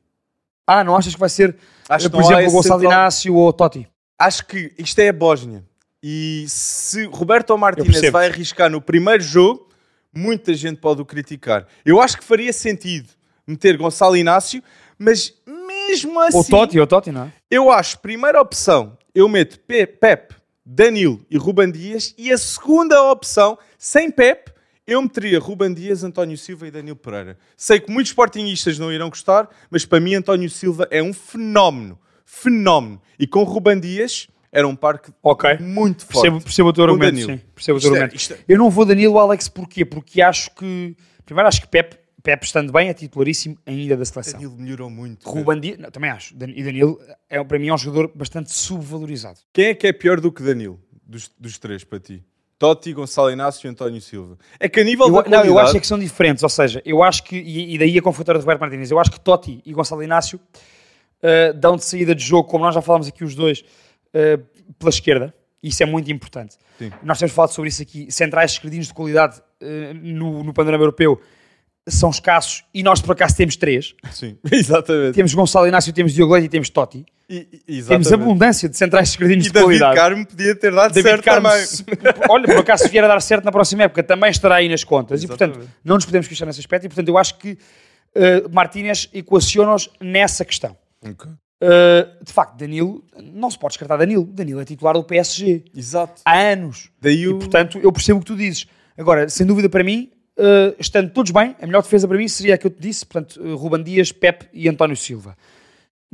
Ah, não achas que vai ser, Acho eh, que por não há exemplo, o esse Gonçalo central- Inácio ou o Totti? acho que isto é a Bósnia. E se Roberto Martínez percebo. vai arriscar no primeiro jogo, muita gente pode o criticar. Eu acho que faria sentido meter Gonçalo Inácio, mas mesmo assim, Ou Totti, ou Totti, não é? eu acho, primeira opção, eu meto Pe Pep, Danilo e Ruban Dias, e a segunda opção, sem Pep, eu meteria Ruban Dias, António Silva e Danilo Pereira. Sei que muitos sportinguistas não irão gostar, mas para mim António Silva é um fenómeno. Fenómeno. E com Ruban Dias era um parque Ok. muito forte. Percebo, percebo o teu Com argumento, Danilo. sim. Percebo o teu Isto é- argumento. isto é- Eu não vou Danilo Alex porquê? Porque acho que. Primeiro, acho que Pep, Pep estando bem, é titularíssimo ainda da seleção. Danilo melhorou muito. Ruban Dias, não, também acho. Dan- E Danilo, é, para mim, é um jogador bastante subvalorizado. Quem é que é pior do que Danilo? Dos, dos três, para ti? Totti, Gonçalo Inácio e António Silva. É que a nível Eu- da não, qualidade... eu acho é que são diferentes. Ou seja, eu acho que. E, e daí a confrontar de Roberto Martínez. Eu acho que Totti e Gonçalo Inácio ah, dão de saída de jogo, como nós já falámos aqui os dois, ah, pela esquerda. Isso é muito importante. Sim. Nós temos falado sobre isso aqui. Centrais esquerdinos de qualidade ah, no, no panorama europeu são escassos e nós, por acaso, temos três. Sim, exatamente. Temos Gonçalo Inácio, temos Diogo Leite e temos Totti. E- e- Temos exatamente. abundância de centrais esquerdinos E de David qualidade. Carmo podia ter dado David certo Carmo, também. se- olha, por acaso se vier a dar certo na próxima época, também estará aí nas contas. E, portanto, Exatamente. não nos podemos queixar nesse aspecto. E, portanto, eu acho que uh, Martínez equaciona-os nessa questão. Uh, de facto, Danilo, não se pode descartar Danilo. Danilo é titular do PSG Exato. há anos. Daí Ah, E, o... portanto, eu percebo o que tu dizes. Agora, sem dúvida para mim, uh, estando todos bem, a melhor defesa para mim seria a que eu te disse, portanto, uh, Ruban Dias, Pepe e António Silva.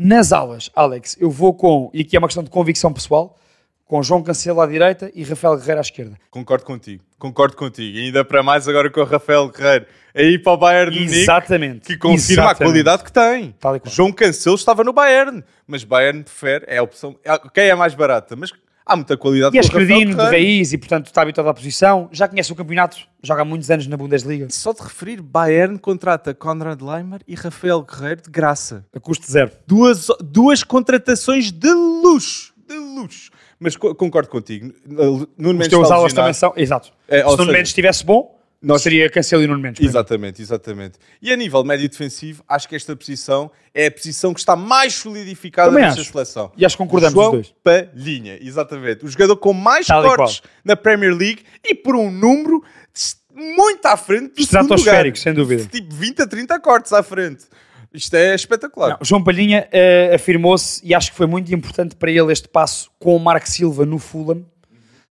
Nas aulas, Alex, eu vou com, e aqui é uma questão de convicção pessoal, com João Cancelo à direita e Rafael Guerreiro à esquerda. Concordo contigo. Concordo contigo. E ainda para mais agora com o Rafael Guerreiro. Aí para o Bayern de Munique, Exatamente. que confirma a Exatamente. qualidade que tem. Tal e qual. João Cancelo estava no Bayern, mas Bayern prefere, é a opção... é- Quem é a mais barata? Mas há muita qualidade E é com o Rafael esquerdino de Guerreiro. raiz e, portanto, está habituado à posição. Já conhece o campeonato, joga há muitos anos na Bundesliga. Só de referir, Bayern contrata Conrad Leimer e Rafael Guerreiro de graça. A custo zero. Duas, duas contratações de luxo. De luxo. Mas co- concordo contigo. Nuno Os Mendes teus está aulas lesionado. também são... Exato. É, Se ou o Nuno seja, Mendes estivesse bom, nós- seria Cancelo e Nuno Mendes. para mim. Exatamente, exatamente. E a nível médio defensivo, acho que esta posição é a posição que está mais solidificada Também nesta acho. seleção. E acho que concordamos João os dois. Palhinha, exatamente. O jogador com mais Tal e cortes na Premier League e por um número s- muito à frente do segundo lugar. Estratosférico, sem dúvida. Tipo 20 a 30 cortes à frente. Isto é espetacular. Não, João Palhinha eh, afirmou-se e acho que foi muito importante para ele este passo com o Marco Silva no Fulham,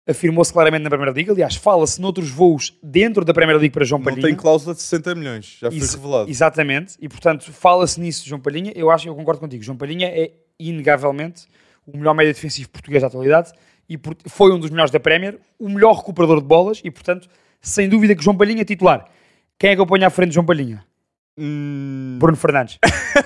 afirmou-se claramente na Premier League. Aliás, fala-se noutros voos dentro da Premier League para João Não Palhinha. tem cláusula de 60 milhões, já foi Ex- revelado. Exatamente, e portanto fala-se nisso, João Palhinha. Eu acho que eu concordo contigo. João Palhinha é inegavelmente o melhor médio defensivo português da atualidade e por- foi um dos melhores da Premier, o melhor recuperador de bolas e portanto, sem dúvida que João Palhinha é titular. Quem é que eu ponho à frente de João Palhinha? Hum, Bruno Fernandes.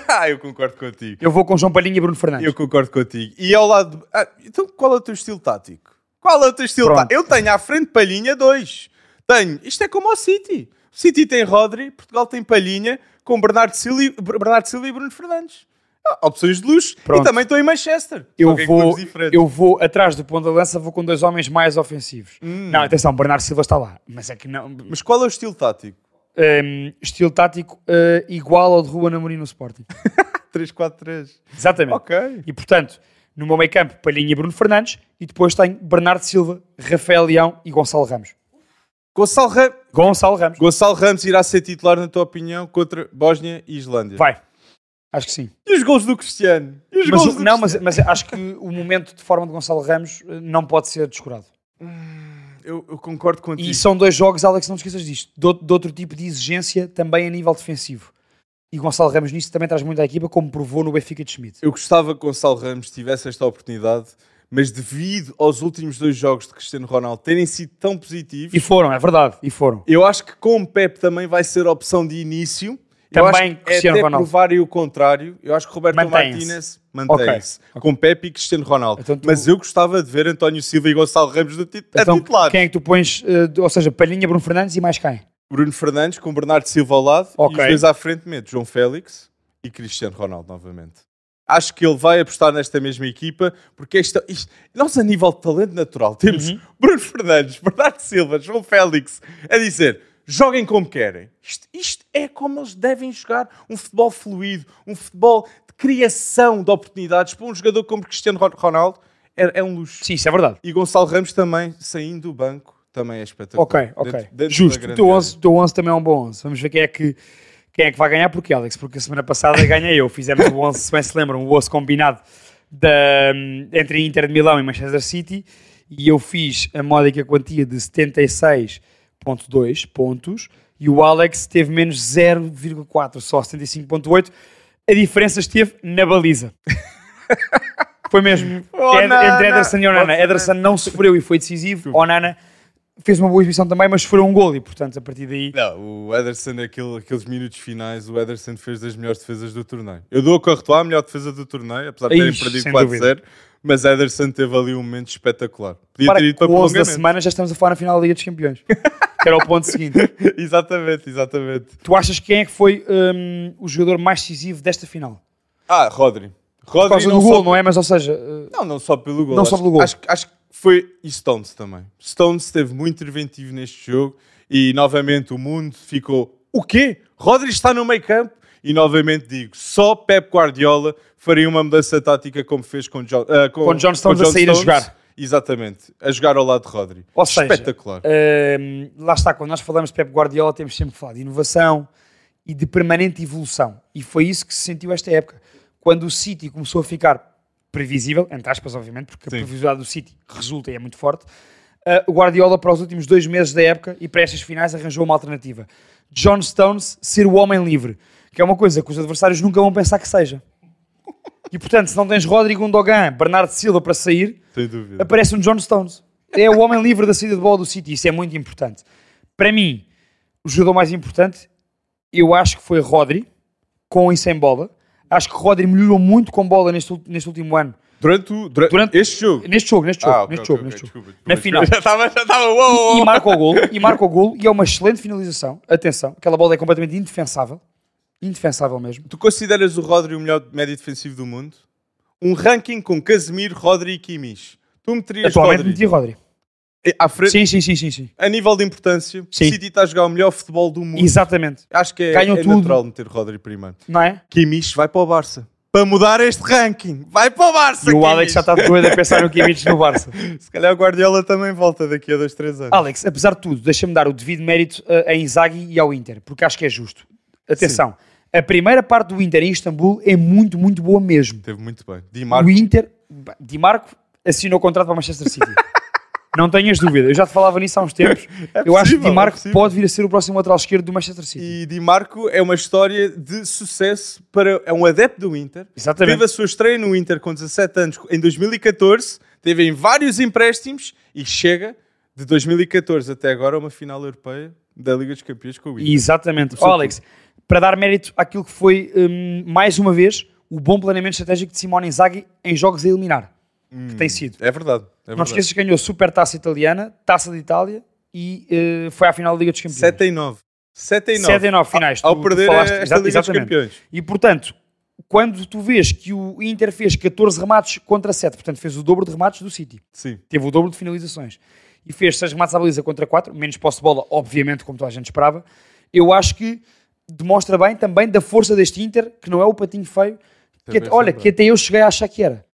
ah, eu concordo contigo. Eu vou com João Palhinha e Bruno Fernandes. Eu concordo contigo. E ao lado. Ah, então qual é o teu estilo tático? Qual é o teu estilo Pronto. tático? Eu tenho à frente Palhinha dois. Tenho. Isto é como o City. O City tem Rodri, Portugal tem Palhinha, com Bernardo Silva, e- Bernardo Silva e Bruno Fernandes. Ah, opções de luxo. Pronto. E também estou em Manchester. Eu Só que é vou, clubes diferentes. eu vou atrás do ponto da lança, vou com dois homens mais ofensivos. Hum. Não, atenção, Bernardo Silva está lá, mas é que não. Mas qual é o estilo tático? Hum, estilo tático eh, igual ao de Ruben Amorim no Sporting. 3-4-3. Exatamente. Ok. E portanto, no meu meio campo, Palhinha e Bruno Fernandes, e depois tenho Bernardo Silva, Rafael Leão e Gonçalo Ramos. Gonçalo, Ram- Gonçalo Ramos. Gonçalo Ramos irá ser titular, na tua opinião, contra Bósnia e Islândia. Vai. Acho que sim. E os gols do Cristiano? E os Mas, gols o- do não, mas, mas acho que o momento de forma de Gonçalo Ramos eh, não pode ser descurado. Eu, eu concordo contigo. E são dois jogos, Alex, não te esqueças disto, de, outro- de outro tipo de exigência também a nível defensivo. E Gonçalo Ramos nisso também traz muito à equipa, como provou no Benfica de Schmidt. Eu gostava que Gonçalo Ramos tivesse esta oportunidade, mas devido aos últimos dois jogos de Cristiano Ronaldo terem sido tão positivos, E foram, é verdade, e foram. eu acho que com o Pep também vai ser a opção de início. Eu Também acho que Cristiano é até Ronaldo. provarem o contrário. Eu acho que Roberto Mantém-se. Martínez mantém-se com Pep e Cristiano Ronaldo. Então tu- Mas eu gostava de ver António Silva e Gonçalo Ramos no tit- a Então, titular. quem é que tu pões, eh, de- ou seja, Palhinha, Bruno Fernandes e mais quem? Bruno Fernandes com Bernardo Silva ao lado Ok. e os dois à frente meto João Félix e Cristiano Ronaldo novamente. Acho que ele vai apostar nesta mesma equipa porque esta, isto- nós a nível de talento natural temos Uhum. Bruno Fernandes, Bernardo Silva, João Félix a dizer joguem como querem. Isto, isto é como eles devem jogar um futebol fluido, um futebol de criação de oportunidades para um jogador como Cristiano Ron- Ronaldo é, é um luxo. Sim, isso é verdade. E Gonçalo Ramos também saindo do banco também é espetacular. Ok, ok. Dentro- dentro da Justo. O grande teu área. 11, o teu 11 também é um bom 11. Vamos ver quem é que, quem é que vai ganhar, porque Alex, porque a semana passada ganhei eu. Fizemos o 11, se bem se lembram, o 11 combinado da, entre Inter de Milão e Manchester City e eu fiz a módica quantia de 76.2 pontos e o Alex teve menos 0,4, só 75.8. A diferença esteve na baliza. Foi mesmo. Oh, Ed- Nana. entre Ederson e Onana. Oh, Ederson não sofreu e foi decisivo. Onana fez uma boa exibição também, mas sofreu um gol e, portanto, a partir daí... Não, o Ederson, aquele- aqueles minutos finais, o Ederson fez das melhores defesas do torneio. Eu dou a Courtois a melhor defesa do torneio, apesar de terem Ixi, perdido sem 4-0, mas Ederson teve ali um momento espetacular. Podia Para ter ido que para o 11 da prolongamento. semana já estamos a falar na final da Liga dos Campeões. que era o ponto seguinte. exatamente, exatamente. Tu achas quem é que foi hum, o jogador mais decisivo desta final? Ah, Rodri. Por Rodri causa não do só, gol, não é? Mas, ou seja... uh, não, não só pelo gol. Não só acho- pelo gol. Acho, acho que foi e Stones também. Stones teve muito interventivo neste jogo e novamente o mundo ficou o quê? Rodri está no meio campo e novamente digo, só Pep Guardiola faria uma mudança tática como fez com, John, ah, com, Com John Stones a sair a jogar. Exatamente, a jogar ao lado de Rodri. Ou seja, Espetacular. Hum, lá está, quando nós falamos de Pep Guardiola, temos sempre que falar de inovação e de permanente evolução. E foi isso que se sentiu esta época. Quando o City começou a ficar previsível, entre aspas, obviamente, porque Sim. a previsibilidade do City resulta e é muito forte, ah, o Guardiola, para os últimos dois meses da época e para estas finais, arranjou uma alternativa. John Stones ser o homem livre, que é uma coisa que os adversários nunca vão pensar que seja. E portanto, se não tens Rodrigo Gundogan, Bernardo Silva para sair, Sem dúvida. aparece um John Stones. É o homem livre da saída de bola do City. Isso é muito importante. Para mim, o jogador mais importante, eu acho que foi Rodri, com e sem bola. Acho que Rodri melhorou muito com bola neste, ult- neste último ano. Durante, o, dura- Durante- este jogo. Neste jogo, neste jogo, Ah, ok, neste ok, jogo, ok, neste jogo. desculpa, desculpa, Na desculpa. final. Já estava, já estava. uou, uou, E uou. marca o gol, e marca o gol, e é uma excelente finalização. Atenção, aquela bola é completamente indefensável. Indefensável mesmo. Tu consideras o Rodri o melhor médio defensivo do mundo? Um ranking com Casemiro, Rodri e Kimmich. Tu meterias Atualmente Rodri meti Rodri. eh, à frente, Sim, sim, sim, sim. sim. a nível de importância. O Sim. City está a jogar o melhor futebol do mundo. Exatamente. Acho que é, Ganham é tudo. natural meter Rodri primeiro. Não é? Kimmich vai para o Barça. Para mudar este ranking. Vai para o Barça, E o Kimmich. Alex já tá- está doido a pensar no Kimmich no Barça. Se calhar o Guardiola também volta daqui a dois, três anos. Alex, apesar de tudo, deixa-me dar o devido mérito uh, a Inzaghi e ao Inter, porque acho que é justo. Atenção, a primeira parte do Inter em Istambul é muito, muito boa mesmo. Teve muito bem. Di Marco. O Inter, Di Marco assinou o contrato para o Manchester City. Não tenhas dúvida. Eu já te falava nisso há uns tempos. É eu acho que possível, Di Marco é possível. pode vir a ser o próximo lateral esquerdo do Manchester City. E Di Marco é uma história de sucesso para é um adepto do Inter. Exatamente. Teve a sua estreia no Inter com 17 anos em 2014, teve em vários empréstimos e chega de 2014 até agora a uma final europeia da Liga dos Campeões com o Inter. Exatamente. Ó, Alex, para dar mérito àquilo que foi, hum, mais uma vez, o bom planeamento estratégico de Simone Inzaghi em jogos a eliminar. Que tem sido. É verdade. É Não verdade. esqueças que ganhou Super Taça Italiana, Taça de Itália e eh, foi à final da Liga dos Campeões. 7 em 9. 7 em 9. 7 em 9 finais. Ao tu- tu perder falaste- esta exa- Liga exatamente. dos Campeões. E portanto, quando tu vês que o Inter fez 14 remates contra 7, portanto fez o dobro de remates do City, Sim. teve o dobro de finalizações e fez 6 remates à baliza contra 4, menos posse de bola, obviamente, como toda a gente esperava, eu acho que demonstra bem também da força deste Inter, que não é o patinho feio, que Também até- olha, sou que até eu cheguei a achar que era.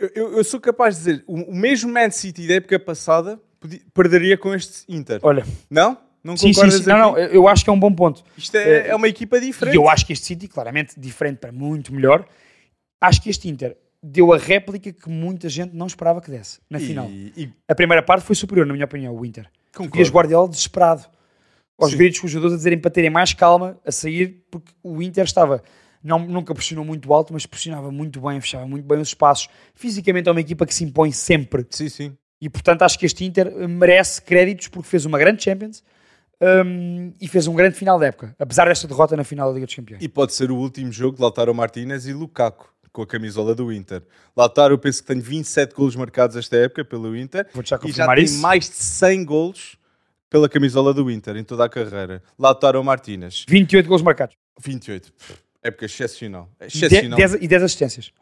Eu, eu- eu sou capaz de dizer, o, o mesmo Man City da época passada podi- perderia com este Inter. Olha, Não? Não sim, sim, concordas sim, não, aqui? não, eu acho que é um bom ponto. Isto é, é uma equipa diferente. E eu acho que este City, claramente diferente para muito melhor, acho que este Inter deu a réplica que muita gente não esperava que desse na final. E, e A primeira parte foi superior, na minha opinião, o Inter. Concordo. Vias Guardiola desesperado. Aos Sim. gritos com os jogadores a dizerem para terem mais calma a sair, porque o Inter estava. Não, nunca pressionou muito alto, mas pressionava muito bem, fechava muito bem os espaços. Fisicamente é uma equipa que se impõe sempre. Sim, sim. E portanto acho que este Inter eh, merece créditos porque fez uma grande Champions hum, e fez um grande final da época, apesar desta derrota na final da Liga dos Campeões. E pode ser o último jogo de Lautaro Martínez e Lukaku, com a camisola do Inter. Lautaro, eu penso que tem 27 golos marcados esta época pelo Inter. Vou-te já e já confirmar tem isso. mais de 100 golos pela camisola do Inter em toda a carreira. Lautaro Martínez, 28 gols marcados 28. Pff, Época excepcional. e de- excepcional. 10, e 10 assistências.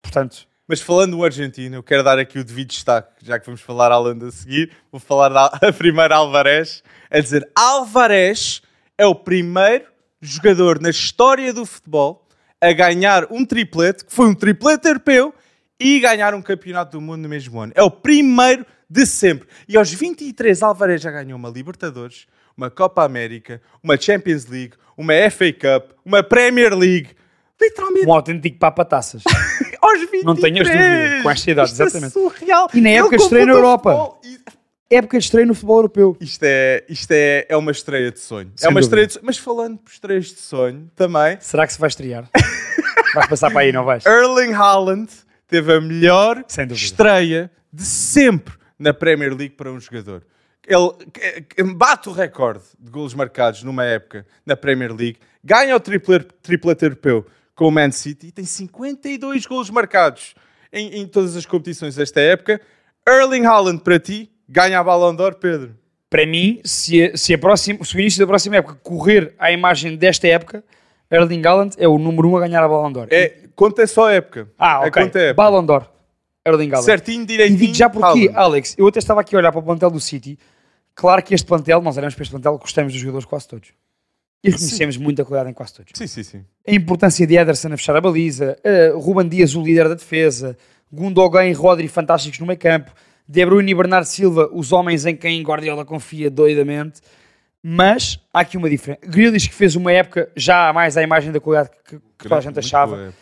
Portanto, Mas falando do argentino, eu quero dar aqui o devido destaque, já que vamos falar Alan a seguir, vou falar da a primeira Alvarez, a dizer Alvarez é o primeiro jogador na história do futebol a ganhar um triplete, que foi um triplete europeu, e ganhar um campeonato do mundo no mesmo ano. É o primeiro de sempre. E aos 23, Alvarez já ganhou uma Libertadores, uma Copa América, uma Champions League, uma FA Cup, uma Premier League. Literalmente um autêntico papa-taças. aos 23. Não tenhas dúvida, com esta idade, Isto É exatamente. surreal. E na Ele época estreia na computa Europa. futebol e- Época de estreia no futebol europeu. Isto, é, isto é, é uma estreia de sonho. Sem é uma dúvida. estreia de sonho. Mas falando por estreias de sonho também, Será que se vai estrear? vais passar para aí, não vais? Erling Haaland teve a melhor Sem dúvida. estreia de sempre na Premier League para um jogador. Ele que- que bate o recorde de golos marcados numa época na Premier League, ganha o tripler- triplete europeu com o Man City e tem 52 golos marcados em, em todas as competições desta época. Erling Haaland, para ti, ganha a Ballon d'Or, Pedro. Para mim, se, se, a próxima, se o início da próxima época correr à imagem desta época, Erling Haaland é o número 1 um a ganhar a Ballon d'Or. É, conta é só a época. ah, É, ok. conta a época. Ballon d'Or. Erling Haaland. Certinho, E direitinho. digo já porque, Haaland. Alex, eu até estava aqui a olhar para o plantel do City. Claro que este plantel, nós olhamos para este plantel, gostamos dos jogadores quase todos. E reconhecemos muita qualidade em quase todos. Sim, sim, sim. A importância de Ederson a fechar a baliza, eh, Ruben Dias, o líder da defesa, Gundogan e Rodri, fantásticos no meio campo, De Bruyne e Bernardo Silva, os homens em quem Guardiola confia doidamente. Mas há aqui uma diferença. Grealish que fez uma época já mais à imagem da qualidade que, que toda a gente Muito achava. boa época,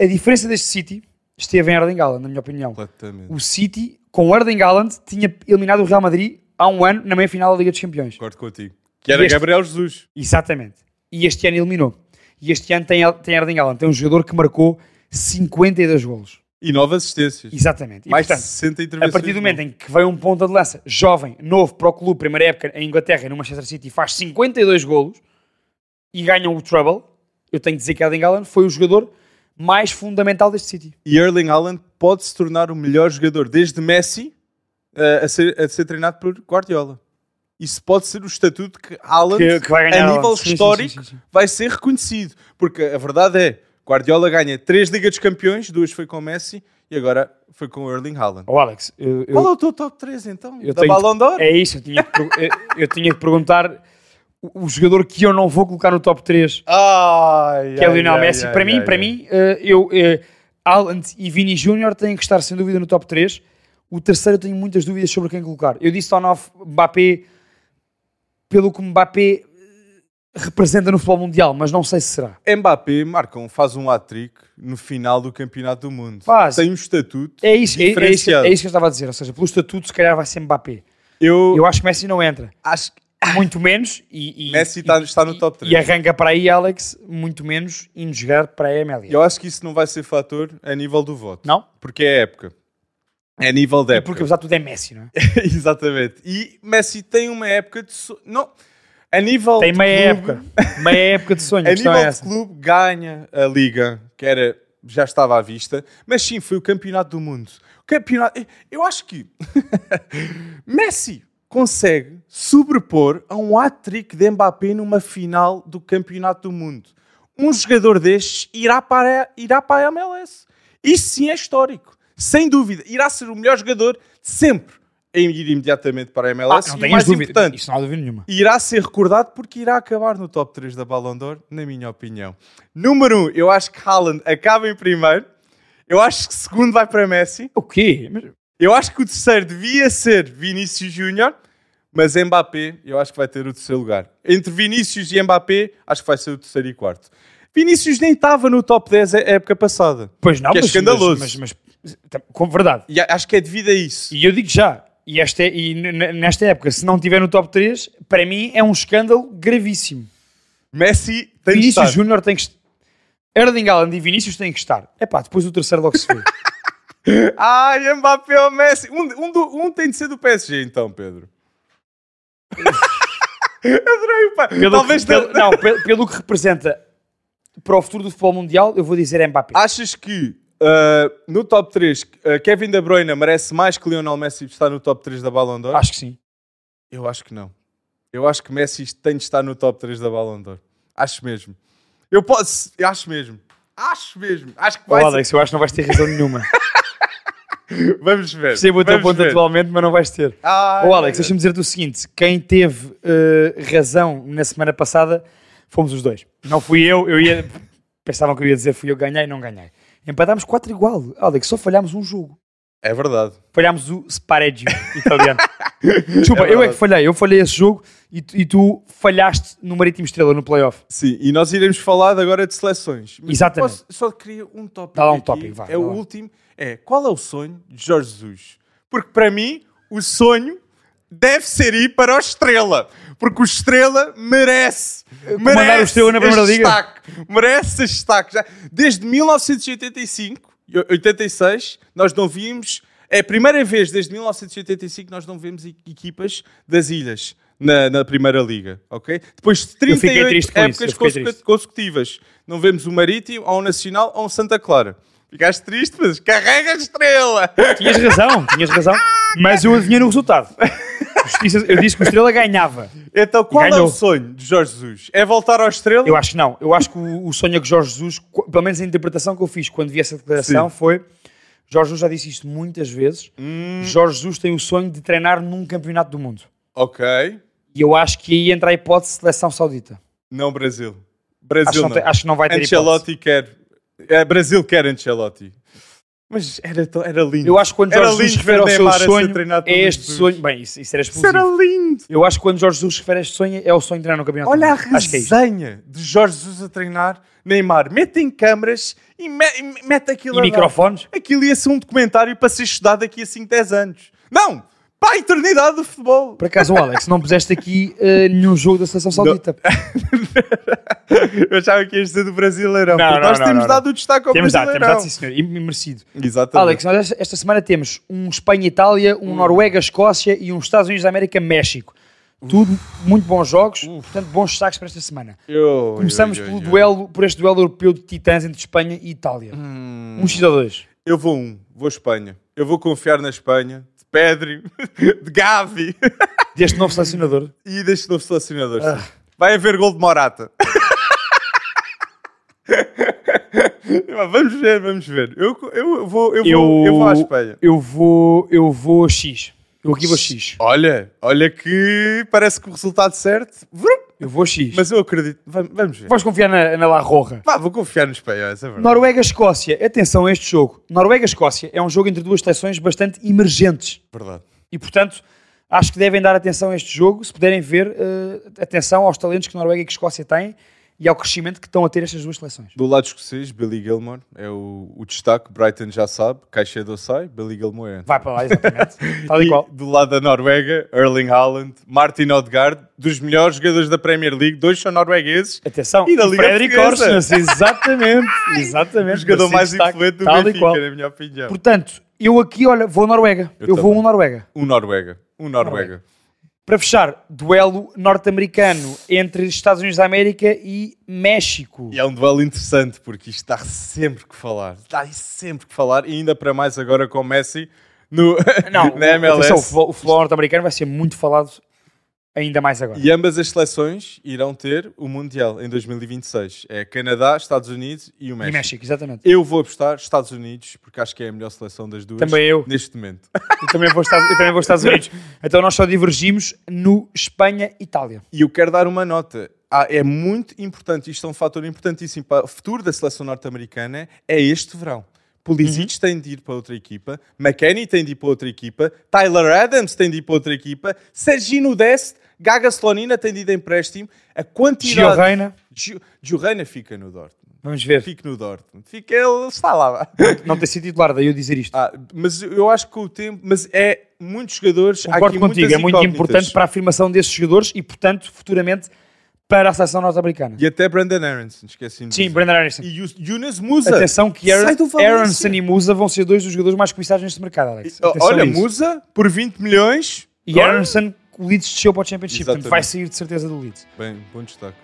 A diferença deste City esteve em Erling Haaland, na minha opinião Completamente. o City, com o Erling Haaland, tinha eliminado o Real Madrid há um ano na meia-final da Liga dos Campeões. Concordo contigo. Que era Este- Gabriel Jesus. Exatamente. E este ano eliminou. E este ano tem, tem Erling Haaland, tem um jogador que marcou 52 golos. E nove assistências. Exatamente. E, Mais de portanto, 60 a intervenções. partir do momento em que vem um ponta de lança jovem, novo, para o clube, primeira época em Inglaterra, no Manchester City, faz 52 golos e ganham o treble, eu tenho que dizer que Erling Haaland foi o jogador mais fundamental deste City. E Erling Haaland pode se tornar o melhor jogador desde Messi eh, a, ser, a ser treinado por Guardiola. Isso pode ser o estatuto que Haaland, Que- que vai ganhar a nível Haaland. Sim, sim, histórico, sim, sim, sim. vai ser reconhecido. Porque a verdade é, Guardiola ganha três Ligas dos Campeões, duas foi com Messi e agora foi com Erling Haaland. Ó Alex, eu- eu- Qual é o teu top 3 então? Eu da tenho- Ballon d'Or? É isso, eu tinha, que, per- eu, eu tinha que perguntar o, o jogador que eu não vou colocar no top 3, Ai, que é ai, Lionel ai, Messi. ai, para mim, ai, para ai. mim, eh, eu, eh, Haaland e Vini Júnior têm que estar sem dúvida no top 3. O terceiro eu tenho muitas dúvidas sobre quem colocar. Eu disse ao 9 Mbappé, pelo que Mbappé representa no futebol mundial, mas não sei se será. Mbappé marca um, faz um hat-trick no final do Campeonato do Mundo. Faz. Tem um estatuto É isso, é, é isso- é isso, diferenciado. que eu estava a dizer. Ou seja, pelo estatuto, se calhar vai ser Mbappé. Eu, Eu acho que Messi não entra. acho que Muito menos. E, e- Messi e- tá- está no e- top três. E é arranca para aí, Alex, muito menos indo jogar para a MLA. eu acho que isso não vai ser fator a nível do voto. Não? Porque é época. É nível da É época. porque, apesar de tudo, é Messi, não é? Exatamente. E Messi tem uma época de. so- Não. A nível. Tem de meia clube- época. Meia época de sonho. A A questão nível é de essa. clube, ganha a Liga, que era, já estava à vista. Mas sim, foi o campeonato do mundo. O campeonato. Eu acho que. Messi consegue sobrepor a um hat-trick de Mbappé numa final do campeonato do mundo. Um jogador destes irá para, a- irá para a MLS. Isso sim é histórico. Sem dúvida. Irá ser o melhor jogador de sempre em ir imediatamente para a Ah, MLS. não e o tenhas mais dúvida. importante, Isso não há dúvida nenhuma. irá ser recordado porque irá acabar no top 3 da Ballon d'Or, na minha opinião. Número 1, eu acho que Haaland acaba em primeiro. Eu acho que segundo vai para Messi. O quê? Mas- Eu acho que o terceiro devia ser Vinícius Júnior, mas Mbappé, eu acho que vai ter o terceiro lugar. Entre Vinícius e Mbappé, acho que vai ser o terceiro e quarto. Vinícius nem estava no top 10 a a época passada. Pois não, Que é mas, escandaloso. Mas, mas, mas- com verdade. E a- acho que é devido a isso. E eu digo já, e, esta, é- e n- n- nesta época, se não tiver no top 3, para mim é um escândalo gravíssimo. Messi tem que Vinícius estar. Júnior tem que estar. Erling Haaland e Vinícius têm que estar. É pá, depois o terceiro logo se vê. Ai, Mbappé ou Messi. Um, um do- um tem de ser do PSG, então, Pedro. Adorei o pai. Pelo Talvez que, pelo, não- não, pelo, pelo que representa para o futuro do futebol mundial, eu vou dizer Mbappé. Achas que ah, no top 3 ah, Kevin De Bruyne merece mais que Lionel Messi estar no top 3 da Ballon d'Or? Acho que sim. Eu acho que não. Eu acho que Messi tem de estar no top 3 da Ballon d'Or. Acho mesmo. Eu posso. eu Acho mesmo. Acho mesmo. Acho que vai Olá, ser. Alex, eu acho que não vais ter razão nenhuma. Vamos ver. Percebo o teu Vamos ponto ver. atualmente, mas não vais ter. Ai, Ô Alex, meu Deus. deixa-me dizer-te o seguinte: quem teve eh, razão na semana passada fomos os dois. Não fui eu, eu ia. Pensavam que eu ia dizer fui eu, ganhei, não ganhei. Empatámos 4 igual. Alex, só falhámos um jogo. É verdade. Falhámos o Spareggio italiano. Desculpa, eu é que verdade. falhei. Eu falhei esse jogo e tu, e tu falhaste no Marítimo Estrela, no playoff. Sim, e nós iremos falar de agora de seleções. Mas eu Exatamente. posso- só queria um tópico. Dá lá um aqui, tópico, vá, É o dá lá. último. É qual é o sonho de Jorge Jesus? Porque para mim, o sonho deve ser ir para o Estrela. Porque o Estrela merece. merece o Estrela na Primeira este Liga? destaque, merece este destaque. Já, desde 1985, 86, nós não vimos. É a primeira vez desde 1985 que nós não vemos e- equipas das ilhas. Na, na Primeira Liga, ok? Depois de 30 Eu fiquei triste com isso, épocas eu fiquei consecu- triste. consecutivas. Não vemos um Marítimo, ou um Nacional, ou um Santa Clara. Ficaste triste, mas carrega a estrela! Tinhas razão, tinhas razão. Mas eu adivinhei no resultado. Justiça- Eu disse que o Estrela ganhava. Então, qual é Ganhou. o sonho de Jorge Jesus? É voltar ao Estrela? Eu acho que não. Eu acho que o, o sonho é que Jorge Jesus, co- pelo menos a interpretação que eu fiz quando vi essa declaração foi. Jorge Jesus já disse isto muitas vezes. Hum. Jorge Jesus tem o sonho de treinar num campeonato do mundo. Ok. E eu acho que aí entra a hipótese de seleção saudita. Não, Brasil. Acho que Brasil não, não. tem- acho que não vai ter hipótese. Ancelotti quer... É, Brasil quer Ancelotti. Mas era, tão- era lindo. Eu acho que quando Era Jorge Jesus lindo refere ao ver seu Neymar a ser sonho, treinado é pelo este Jesus. sonho. Bem, isso, isso era Isso era explosivo. lindo! Eu acho que quando Jorge Jesus refere a este sonho, é o sonho de treinar no campeonato. Olha a do mundo. Acho que é isto. resenha de Jorge Jesus a treinar Neymar. Mete em câmaras e, me- e mete aquilo E a dar. microfones? aquilo ia ser um documentário para ser estudado daqui a 5, 10 anos. Não! Para a eternidade do futebol! Por acaso, Alex, não puseste aqui eh, nenhum jogo da seleção saudita. Eu achava que ias dizer do Brasileirão. Não, porque não, nós não, temos não, dado o destaque ao Temos dado, temos Brasileirão. dado, sim senhor, e merecido. Exatamente. Alex, nós esta- esta semana temos um Espanha-Itália, Hum. um Noruega-Escócia e um Estados Unidos da América-México. Tudo muito bons jogos, portanto bons destaques para esta semana. Eu- Começamos eu- eu- pelo eu- duelo, por este duelo europeu de titãs entre Espanha e Itália. Hum. Um x ou dois. Eu vou um, vou Espanha. Eu vou confiar na Espanha, de Pedri, de Gavi Deste novo selecionador. e deste novo selecionador. sim. Vai haver gol de Morata. vamos ver, vamos ver. Eu, eu, vou, eu, vou, eu vou à Espanha. eu vou, eu vou X. Eu aqui vou X. Olha, olha que parece que o resultado certo. Vrum! Eu vou X. Mas eu acredito. Va- Vamos ver. Vais confiar na, na La Roja. Vá, vou confiar nos espanhóis, é verdade. Noruega-Escócia. Atenção a este jogo. Noruega-Escócia é um jogo entre duas seleções bastante emergentes. Verdade. E, portanto, Acho que devem dar atenção a este jogo, se puderem ver eh, atenção aos talentos que Noruega e que Escócia têm e ao crescimento que estão a ter estas duas seleções. Do lado escocês, Billy Gilmore é o, o destaque. Brighton já sabe, Caixa sai, Billy Gilmore é. entra. Vai para lá, exatamente. Tal e qual. Do lado da Noruega, Erling Haaland, Martin Odegaard, dos melhores jogadores da Premier League, dois são noruegueses. Atenção, E da Liga Frederic Portuguesa. Orsnes, exatamente, exatamente. O jogador Merecido mais assim destaque, influente do tal e Benfica, né? qual. na minha opinião. Portanto, eu aqui, olha, vou a Noruega. Eu, Eu vou a um também. Noruega. Um Noruega. Um Noruega. Para fechar, duelo norte-americano entre Estados Unidos da América e México. E é um duelo interessante, porque isto dá sempre que falar. Dá sempre que falar, e ainda para mais agora com o Messi no, Não, na MLS. atenção, o futebol- o futebol norte-americano vai ser muito falado ainda mais agora. E ambas as seleções irão ter o Mundial em 2026. É Canadá, Estados Unidos e o E México. México, exatamente. Eu vou apostar Estados Unidos, porque acho que é a melhor seleção das duas Também eu. neste momento. Eu também vou Estados, eu também vou aos Estados Unidos. Então nós só divergimos no Espanha-Itália. E eu quero dar uma nota. Ah, é muito importante, isto é um fator importantíssimo para o futuro da seleção norte-americana, é este verão. Pulisic Uhum. tem de ir para outra equipa, McKennie tem de ir para outra equipa, Tyler Adams tem de ir para outra equipa, Sergino Dest, Gaga Slonina tem de ir de empréstimo. A Gio quantidade... Reina, Gio- Gio Reina fica no Dortmund. vamos ver. Fica no Dortmund. Fica, ele está lá. Não tem sido titular, daí eu dizer isto. Ah, mas eu acho que com o tempo... Mas é muitos jogadores... há Concordo aqui contigo, muitas é muito incógnitas. importante para a afirmação desses jogadores e, portanto, futuramente para a seleção norte-americana. E até Brandon Aronson, esqueci-me de Sim, dizer. Brandon Aronson. E Yus- Yunus Musa. Atenção que Sai Aaron, do Valência. Aronson e Musa vão ser dois dos jogadores mais cobiçados neste mercado, Alex. Atenção Olha, a isso. Musa por 20 milhões. E Aronson, o Leeds desceu para o Championship, portanto Exatamente. vai sair de certeza do Leeds. Bem, bom destaque.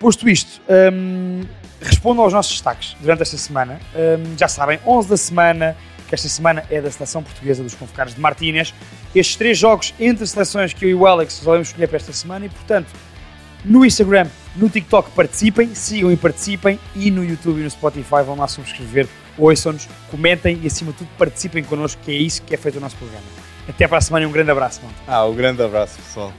Posto isto, hum, respondam aos nossos destaques durante esta semana. Hum, já sabem, 11 da semana, que esta semana é da seleção portuguesa dos convocados de Martínez. Estes três jogos entre seleções que eu e o Alex resolvemos escolher para esta semana e, portanto, no Instagram, no TikTok participem, sigam e participem e no YouTube e no Spotify vão lá subscrever, ouçam-nos, comentem e, acima de tudo, participem connosco, que é isso que é feito o nosso programa. Até para a semana e um grande abraço, malta. Ah, um grande abraço, pessoal.